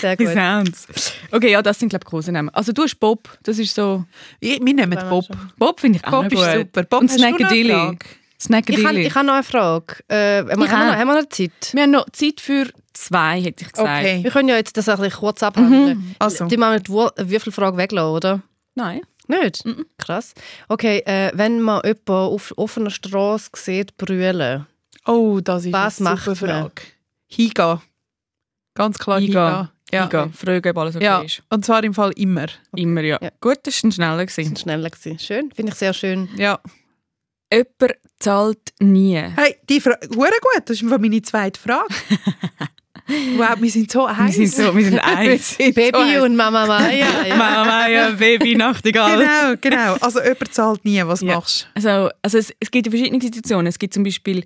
Speaker 2: Sehr
Speaker 3: Die
Speaker 2: gut.
Speaker 3: Sounds. Okay, ja, das sind, glaube ich, große Namen. Also du hast Bob, das ist so...
Speaker 1: Ich- Wir nehmen Bob.
Speaker 3: Bob finde ich auch
Speaker 2: Ah,
Speaker 1: Bob
Speaker 3: noch
Speaker 1: ist
Speaker 3: gut.
Speaker 1: super. Bob,
Speaker 3: Und
Speaker 1: hast du noch eine
Speaker 3: Snackadilly.
Speaker 1: Frage?
Speaker 2: Ich habe
Speaker 3: Snackadilly.
Speaker 2: ich habe noch eine Frage. Äh, haben, wir, haben,
Speaker 3: Ich
Speaker 2: wir noch,
Speaker 3: auch.
Speaker 2: haben wir noch Zeit?
Speaker 3: Wir haben noch Zeit für zwei, hätte ich gesagt.
Speaker 1: Okay.
Speaker 2: Wir können ja jetzt das ein bisschen kurz abhandeln.
Speaker 3: Mhm.
Speaker 1: Also.
Speaker 2: Die machen die Wur- Würfelfrage weglassen, oder?
Speaker 3: Nein.
Speaker 2: Nicht?
Speaker 3: Mhm.
Speaker 2: Krass. Okay, äh, wenn man jemanden auf offener Straße sieht, brüllen.
Speaker 1: Oh, das ist
Speaker 2: Was
Speaker 1: eine
Speaker 2: macht
Speaker 1: super
Speaker 2: man?
Speaker 1: Frage. Higa. Ganz klar
Speaker 3: Hingehen.
Speaker 1: Higa. Ja.
Speaker 3: Hingehen. Fragen, ob alles okay
Speaker 1: Ja,
Speaker 3: ist.
Speaker 1: und zwar im Fall immer.
Speaker 3: Immer, ja.
Speaker 2: Ja.
Speaker 3: Gut, das war ein schneller.
Speaker 2: Das
Speaker 3: Gewesen.
Speaker 2: war schneller. gewesen. Schön, finde ich sehr schön.
Speaker 1: Ja.
Speaker 3: Jemand zahlt nie.
Speaker 1: Hey, die Frage, gut, das ist im Fall meine zweite Frage. wow, wir sind so
Speaker 3: Wir
Speaker 1: heiß.
Speaker 3: sind so, wir sind eins.
Speaker 2: Baby und Mama Maya. Ja.
Speaker 3: Mama Maya, Baby, Nachtigall.
Speaker 1: Genau, genau. Also jemand zahlt nie, was
Speaker 3: Ja.
Speaker 1: machst
Speaker 3: Also, also es, es gibt ja verschiedene Situationen. Es gibt zum Beispiel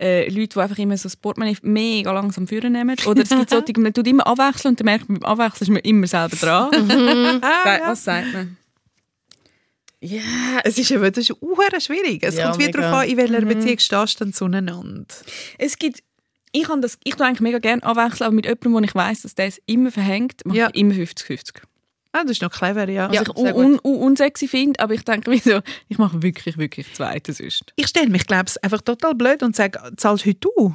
Speaker 3: äh, Leute, die einfach immer so das Portemonnaie mega langsam führen nehmen. Oder es gibt solche, man tut immer abwechseln und dann merkt man, beim Abwechseln ist man immer selber dran.
Speaker 1: du? Ah,
Speaker 3: Sagt-
Speaker 1: ja.
Speaker 3: Was sagt man? Ja,
Speaker 1: Es ist eben, das ist hure schwierig. Es
Speaker 2: Ja,
Speaker 1: kommt wieder
Speaker 2: mega.
Speaker 1: darauf an, in welcher Beziehung stehst du denn zueinander.
Speaker 3: es gibt... Ich, kann das, ich tue eigentlich mega gerne abwechseln, aber mit jemandem, wo ich weiss, dass der es immer verhängt, mache
Speaker 1: Ja.
Speaker 3: ich immer 50-50.
Speaker 1: Ah, das ist noch clever, ja.
Speaker 3: Was
Speaker 1: Also,
Speaker 3: ich un, un, un, unsexy finde, aber ich denke mir so, ich mache wirklich, wirklich zweites sonst.
Speaker 1: ich stelle mich, glaube ich, einfach total blöd und sage, zahlst heute du?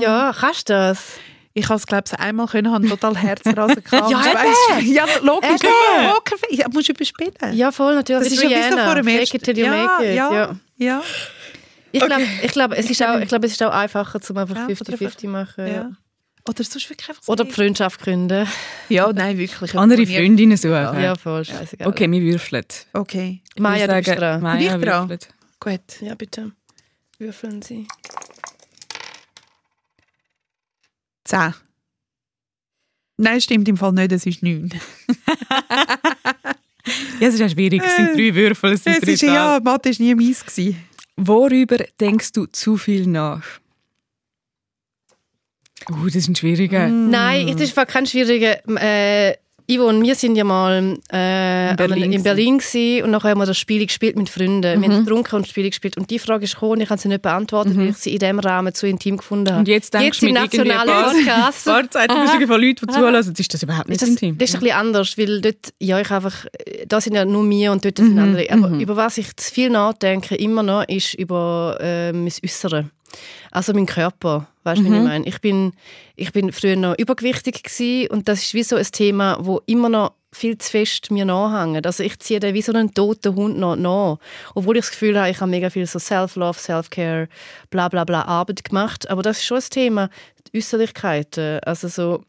Speaker 2: ja, kannst du das?
Speaker 1: Ich habe es, glaube ich, einmal können, habe total Herzrasen gehabt.
Speaker 2: Ja,
Speaker 1: Ich
Speaker 2: eben.
Speaker 1: weiss- ja, logisch.
Speaker 2: Eben.
Speaker 3: Äh,
Speaker 1: Logisch. Ja, musst du überspielen.
Speaker 2: Ja, voll, natürlich.
Speaker 1: Das ist ja bis vor dem
Speaker 2: Fake it till you
Speaker 1: ersten-
Speaker 2: make it.
Speaker 1: Ja,
Speaker 2: Ja,
Speaker 1: ja. ja.
Speaker 2: Ich glaube, ich glaub, es, ist auch- ich glaub, es ist auch einfacher, zum einfach
Speaker 1: Ja, oder
Speaker 2: 50-50 machen. Ja.
Speaker 1: Ja. Oh, Oder sonst wirklich einfach so.
Speaker 2: Oder die Freundschaft gründen.
Speaker 1: Ja, nein, wirklich.
Speaker 3: Andere
Speaker 1: Ich-
Speaker 3: Freundinnen suchen.
Speaker 2: Ja, voll, scheißegal.
Speaker 3: Okay, wir würfeln.
Speaker 1: Okay,
Speaker 3: Ich
Speaker 2: Maya,
Speaker 3: würde
Speaker 2: du bist
Speaker 3: sagen,
Speaker 2: dran.
Speaker 1: Bin
Speaker 3: Maya
Speaker 1: ich dran?
Speaker 3: würfelt.
Speaker 1: gut.
Speaker 2: Ja, bitte. Würfeln Sie.
Speaker 1: Zehn. Nou, Nein, stimmt im Fall nicht, es ist neun.
Speaker 3: Ja, es ist ja schwierig. Es
Speaker 2: Äh,
Speaker 3: sind drei Würfel, es sind
Speaker 1: Es
Speaker 3: drei
Speaker 1: ist,
Speaker 3: Tage.
Speaker 1: ja, Mathe war nie meins. gewesen.
Speaker 3: Worüber denkst du zu viel nach? Uh, das ist ein schwieriger.
Speaker 2: Mm. Nein, das ist einfach kein schwieriger. Äh, Ivo und wir sind ja mal äh,
Speaker 3: In Berlin
Speaker 2: einmal in
Speaker 3: gewesen. Mhm.
Speaker 2: Berlin gewesen, und nachher haben wir das Spiel gespielt mit Freunden. Wir haben getrunken und Spiele gespielt und die Frage ist gekommen, ich habe sie nicht beantwortet, weil ich sie in diesem Rahmen zu intim gefunden habe.
Speaker 3: Und jetzt denkst
Speaker 2: jetzt
Speaker 3: du
Speaker 2: im
Speaker 3: mit irgendwie ein
Speaker 2: nationalen
Speaker 3: paar,
Speaker 2: Podcast
Speaker 3: paar Zeitungen von Leuten, die zuhören, ist das überhaupt nicht
Speaker 2: ist das, das
Speaker 3: intim.
Speaker 2: ist ein bisschen anders, weil dort, ja, ich einfach, äh, da sind ja nur mir und dort sind andere. Aber über was ich zu viel nachdenke, immer noch, ist über äh, mein Äußere. Also mein Körper, weißt du, wie ich meine? Ich bin, ich bin früher noch übergewichtig gewesen und das ist wie so ein Thema, wo immer noch viel zu fest mir nachhängt. Also ich ziehe den wie so einen toten Hund noch nach. Obwohl ich das Gefühl habe, ich habe mega viel so Self-Love, Self-Care, bla bla bla Arbeit gemacht. Aber das ist schon ein Thema, die Äußerlichkeiten. Also so,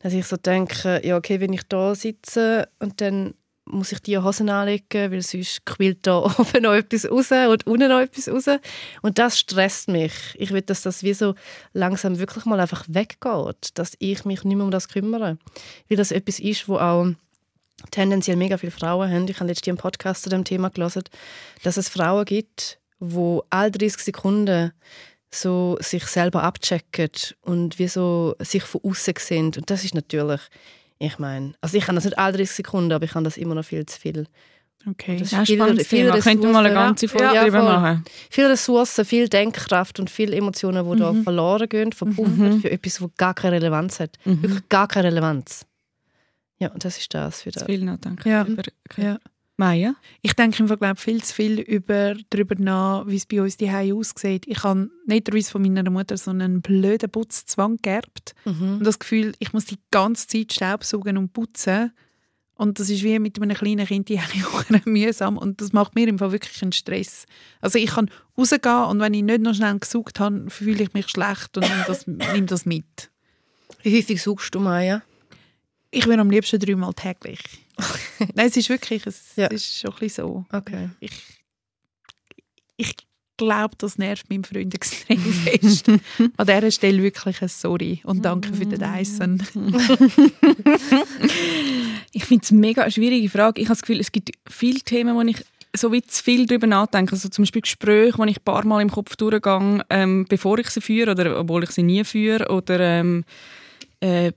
Speaker 2: dass ich so denke, ja okay, wenn ich da sitze und dann muss ich die Hosen anlegen, weil sonst quillt da oben noch etwas raus und unten noch etwas raus. Und das stresst mich. Ich will, dass das wie so langsam wirklich mal einfach weggeht, dass ich mich nicht mehr um das kümmere. Weil das etwas ist, wo auch tendenziell mega viele Frauen haben. Ich habe letztens einen Podcast zu dem Thema gelesen, dass es Frauen gibt, wo alle 30 Sekunden so sich selber abchecken und wie so sich von außen sehen. Und das ist natürlich, ich meine, also ich kann das nicht alle 30 Sekunden, aber ich kann das immer noch viel zu viel.
Speaker 3: Okay,
Speaker 2: Das
Speaker 3: das ist ein
Speaker 2: viel-
Speaker 3: spannendes
Speaker 2: viel
Speaker 3: Thema. Könnten wir mal eine ganze
Speaker 2: Ressourcen, ja.
Speaker 3: Folge
Speaker 2: Ja,
Speaker 3: drüber
Speaker 2: voll.
Speaker 3: machen.
Speaker 2: Viel Ressourcen, viel Denkkraft und viele Emotionen, die da verloren gehen, verpuffert für etwas, das gar keine Relevanz hat. Wirklich gar keine Relevanz. Ja, und das ist das für
Speaker 3: Zu
Speaker 2: das.
Speaker 3: viel nachdenken.
Speaker 1: Ja.
Speaker 3: Über,
Speaker 1: Ja.
Speaker 3: Maya?
Speaker 1: Ich denke im Vergleich viel zu viel über, darüber nach, wie es bei uns die aussieht. Ich habe netterweise von meiner Mutter so einen blöden Putzzwang geerbt.
Speaker 2: Mhm.
Speaker 1: Und das Gefühl, ich muss die ganze Zeit staubsaugen und putzen. Und das ist wie mit einem kleinen Kind die Haare mühsam. Und das macht mir im Fall wirklich einen Stress. Also ich kann rausgehen und wenn ich nicht noch schnell gesaugt habe, fühle ich mich schlecht und nehme das, nehme das mit.
Speaker 2: Wie häufig suchst du Maya?
Speaker 1: Ich würde am liebsten dreimal täglich. Nein, es ist wirklich, es
Speaker 2: Ja.
Speaker 1: ist schon ein bisschen so.
Speaker 2: Okay.
Speaker 1: Ich, ich glaube, das nervt meinen Freund extrem fest. An dieser Stelle wirklich ein Sorry und danke für den Dyson.
Speaker 3: Ich finde es mega eine schwierige Frage. Ich habe das Gefühl, es gibt viele Themen, wo ich so wie zu viel darüber nachdenke. Also zum Beispiel Gespräche, die ich ein paar Mal im Kopf durchgehe, ähm, bevor ich sie führe oder obwohl ich sie nie führe. Oder ähm, äh,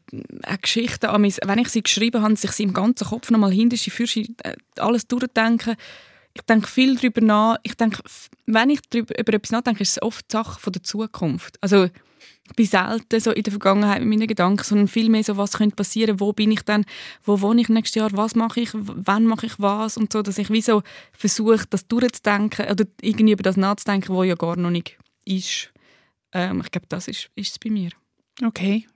Speaker 3: auch Geschichten, an mein, wenn ich sie geschrieben habe, sich sie im ganzen Kopf nochmal hinterst, führst äh, alles durchdenken. Ich denke viel darüber nach. Ich denke, f- wenn ich drüber, über etwas nachdenke, ist es oft die Sache von der Zukunft. Also ich bin selten so in der Vergangenheit mit meinen Gedanken, sondern vielmehr so, was könnte passieren, wo bin ich dann, wo wohne ich nächstes Jahr, was mache ich, w- wann mache ich was und so, dass ich wie so versuche, das durchzudenken oder irgendwie über das nachzudenken, was ja gar noch nicht ist. Ähm, ich glaube, das ist ist es bei mir.
Speaker 1: Okay.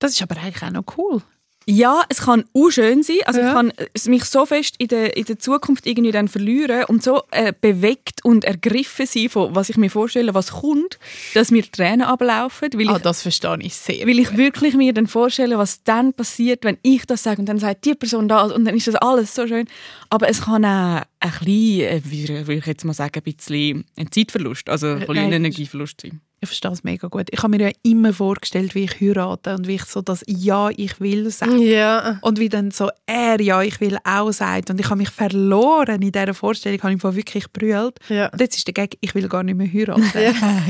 Speaker 1: Das ist aber eigentlich auch noch cool.
Speaker 3: Ja, es kann auch schön sein. Also
Speaker 1: Ja.
Speaker 3: ich kann es mich so fest in der, in der Zukunft irgendwie dann verlieren und so äh, bewegt und ergriffen sein von was ich mir vorstelle, was kommt, dass mir die Tränen ablaufen, weil Ah, ich
Speaker 1: das verstehe ich sehr.
Speaker 3: weil ich wirklich mir dann vorstelle, was dann passiert, wenn ich das sage und dann sagt die Person das und dann ist das alles so schön. Aber es kann auch ein bisschen, äh, würde würde ich jetzt mal sagen, ein bisschen ein Zeitverlust, also ein bisschen
Speaker 1: Nein.
Speaker 3: ein Energieverlust sein.
Speaker 1: Ich verstehe es mega gut. Ich habe mir ja immer vorgestellt, wie ich heirate und wie ich so das Ja, ich will
Speaker 2: Mhm.
Speaker 1: sage.
Speaker 2: Ja.
Speaker 1: Und wie dann so er Ja, ich will auch sagt. Und ich habe mich verloren in dieser Vorstellung, habe ich im Fall wirklich brüllt.
Speaker 2: Ja.
Speaker 1: Und jetzt ist der Gag, ich will gar nicht mehr heiraten.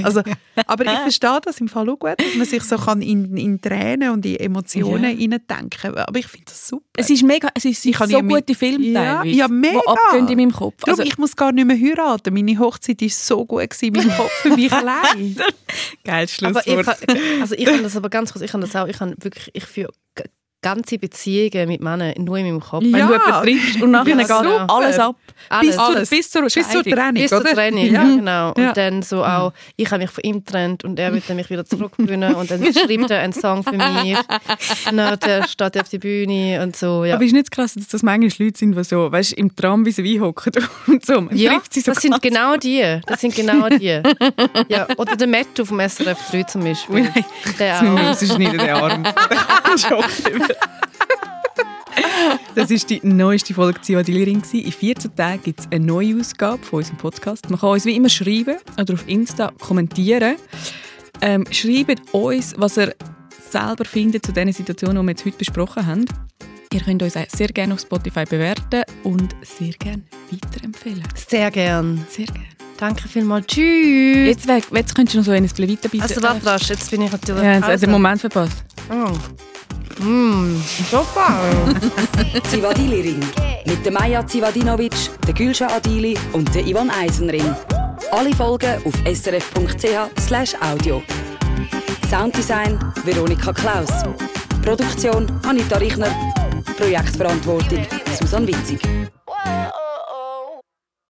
Speaker 1: also, aber ich verstehe das im Fall auch gut, dass man sich so kann in, in Tränen und in Emotionen hineindenken kann. Aber ich finde das super.
Speaker 3: Es ist mega, es ist,
Speaker 1: kann
Speaker 3: so
Speaker 1: ja mit-
Speaker 3: gute Filme
Speaker 1: Ja,
Speaker 3: teilweise,
Speaker 1: ja, mega.
Speaker 3: die abgehen in meinem Kopf.
Speaker 1: Darum,
Speaker 3: Also,
Speaker 1: ich muss gar nicht mehr heiraten. Meine Hochzeit war so gut, gewesen, mein Kopf für mich allein.
Speaker 3: geil,
Speaker 2: Aber ich,
Speaker 3: Schlusswort.
Speaker 2: kann- also ich kann das aber ganz kurz, ich kann das auch, ich kann wirklich, ich führe g- ganze Beziehungen mit Männern nur in meinem Kopf.
Speaker 1: Ja.
Speaker 3: Wenn du jemanden triffst und nachher
Speaker 2: Ja,
Speaker 3: geht
Speaker 2: super.
Speaker 3: alles ab.
Speaker 2: Alles.
Speaker 3: Bis,
Speaker 1: Alles.
Speaker 3: Zur, bis zur
Speaker 1: Bis zur
Speaker 3: Scheidung.
Speaker 1: Trennung,
Speaker 2: Ah, Bis zur
Speaker 1: oder?
Speaker 2: Training,
Speaker 1: Ja.
Speaker 2: genau. Und
Speaker 1: Ja.
Speaker 2: dann so auch, ich habe mich von ihm getrennt und er wird dann mich wieder zurückgewinnen und dann schreibt er einen Song für mich. Na, der steht auf die Bühne und so, ja.
Speaker 3: Aber ist nicht krass, dass das manchmal Leute sind, die so, weißt, im Tram wie sie hocken und so. Man
Speaker 2: Ja,
Speaker 3: trifft sie so
Speaker 2: das sind
Speaker 3: ganz-
Speaker 2: genau die. Das sind genau die. Ja, oder der Matt auf dem SRF 3 zum Beispiel.
Speaker 3: Nein.
Speaker 2: Der
Speaker 3: Jetzt
Speaker 2: auch.
Speaker 3: müssen wir rausschneiden, den Arm. Den Schock drüber. Das war die neueste Folge «Ziva Dillerin». In 14 Tagen gibt es eine neue Ausgabe von unserem Podcast. Man kann uns wie immer schreiben oder auf Insta kommentieren. Ähm, schreibt uns, was ihr selber findet zu den Situationen, die wir jetzt heute besprochen haben. Ihr könnt uns auch sehr gerne auf Spotify bewerten und sehr gerne weiterempfehlen.
Speaker 2: Sehr gern.
Speaker 3: Sehr gerne.
Speaker 2: Danke vielmals. Tschüss.
Speaker 3: Jetzt, weg, jetzt könntest du noch so ein bisschen weiterbieten.
Speaker 2: also warte, rasch, jetzt bin ich natürlich...
Speaker 3: Ja, also. den Moment verpasst.
Speaker 2: Oh. Mm, super.
Speaker 4: Zivadili Ring. Mit der Maja Zivadinovic, der Gülscha Adili und der Ivan Eisenring. Alle Folgen auf srf.ch/audio. Sounddesign Veronika Klaus. Produktion Anita Richner. Projektverantwortung Susanne Witzig.
Speaker 5: Whoa.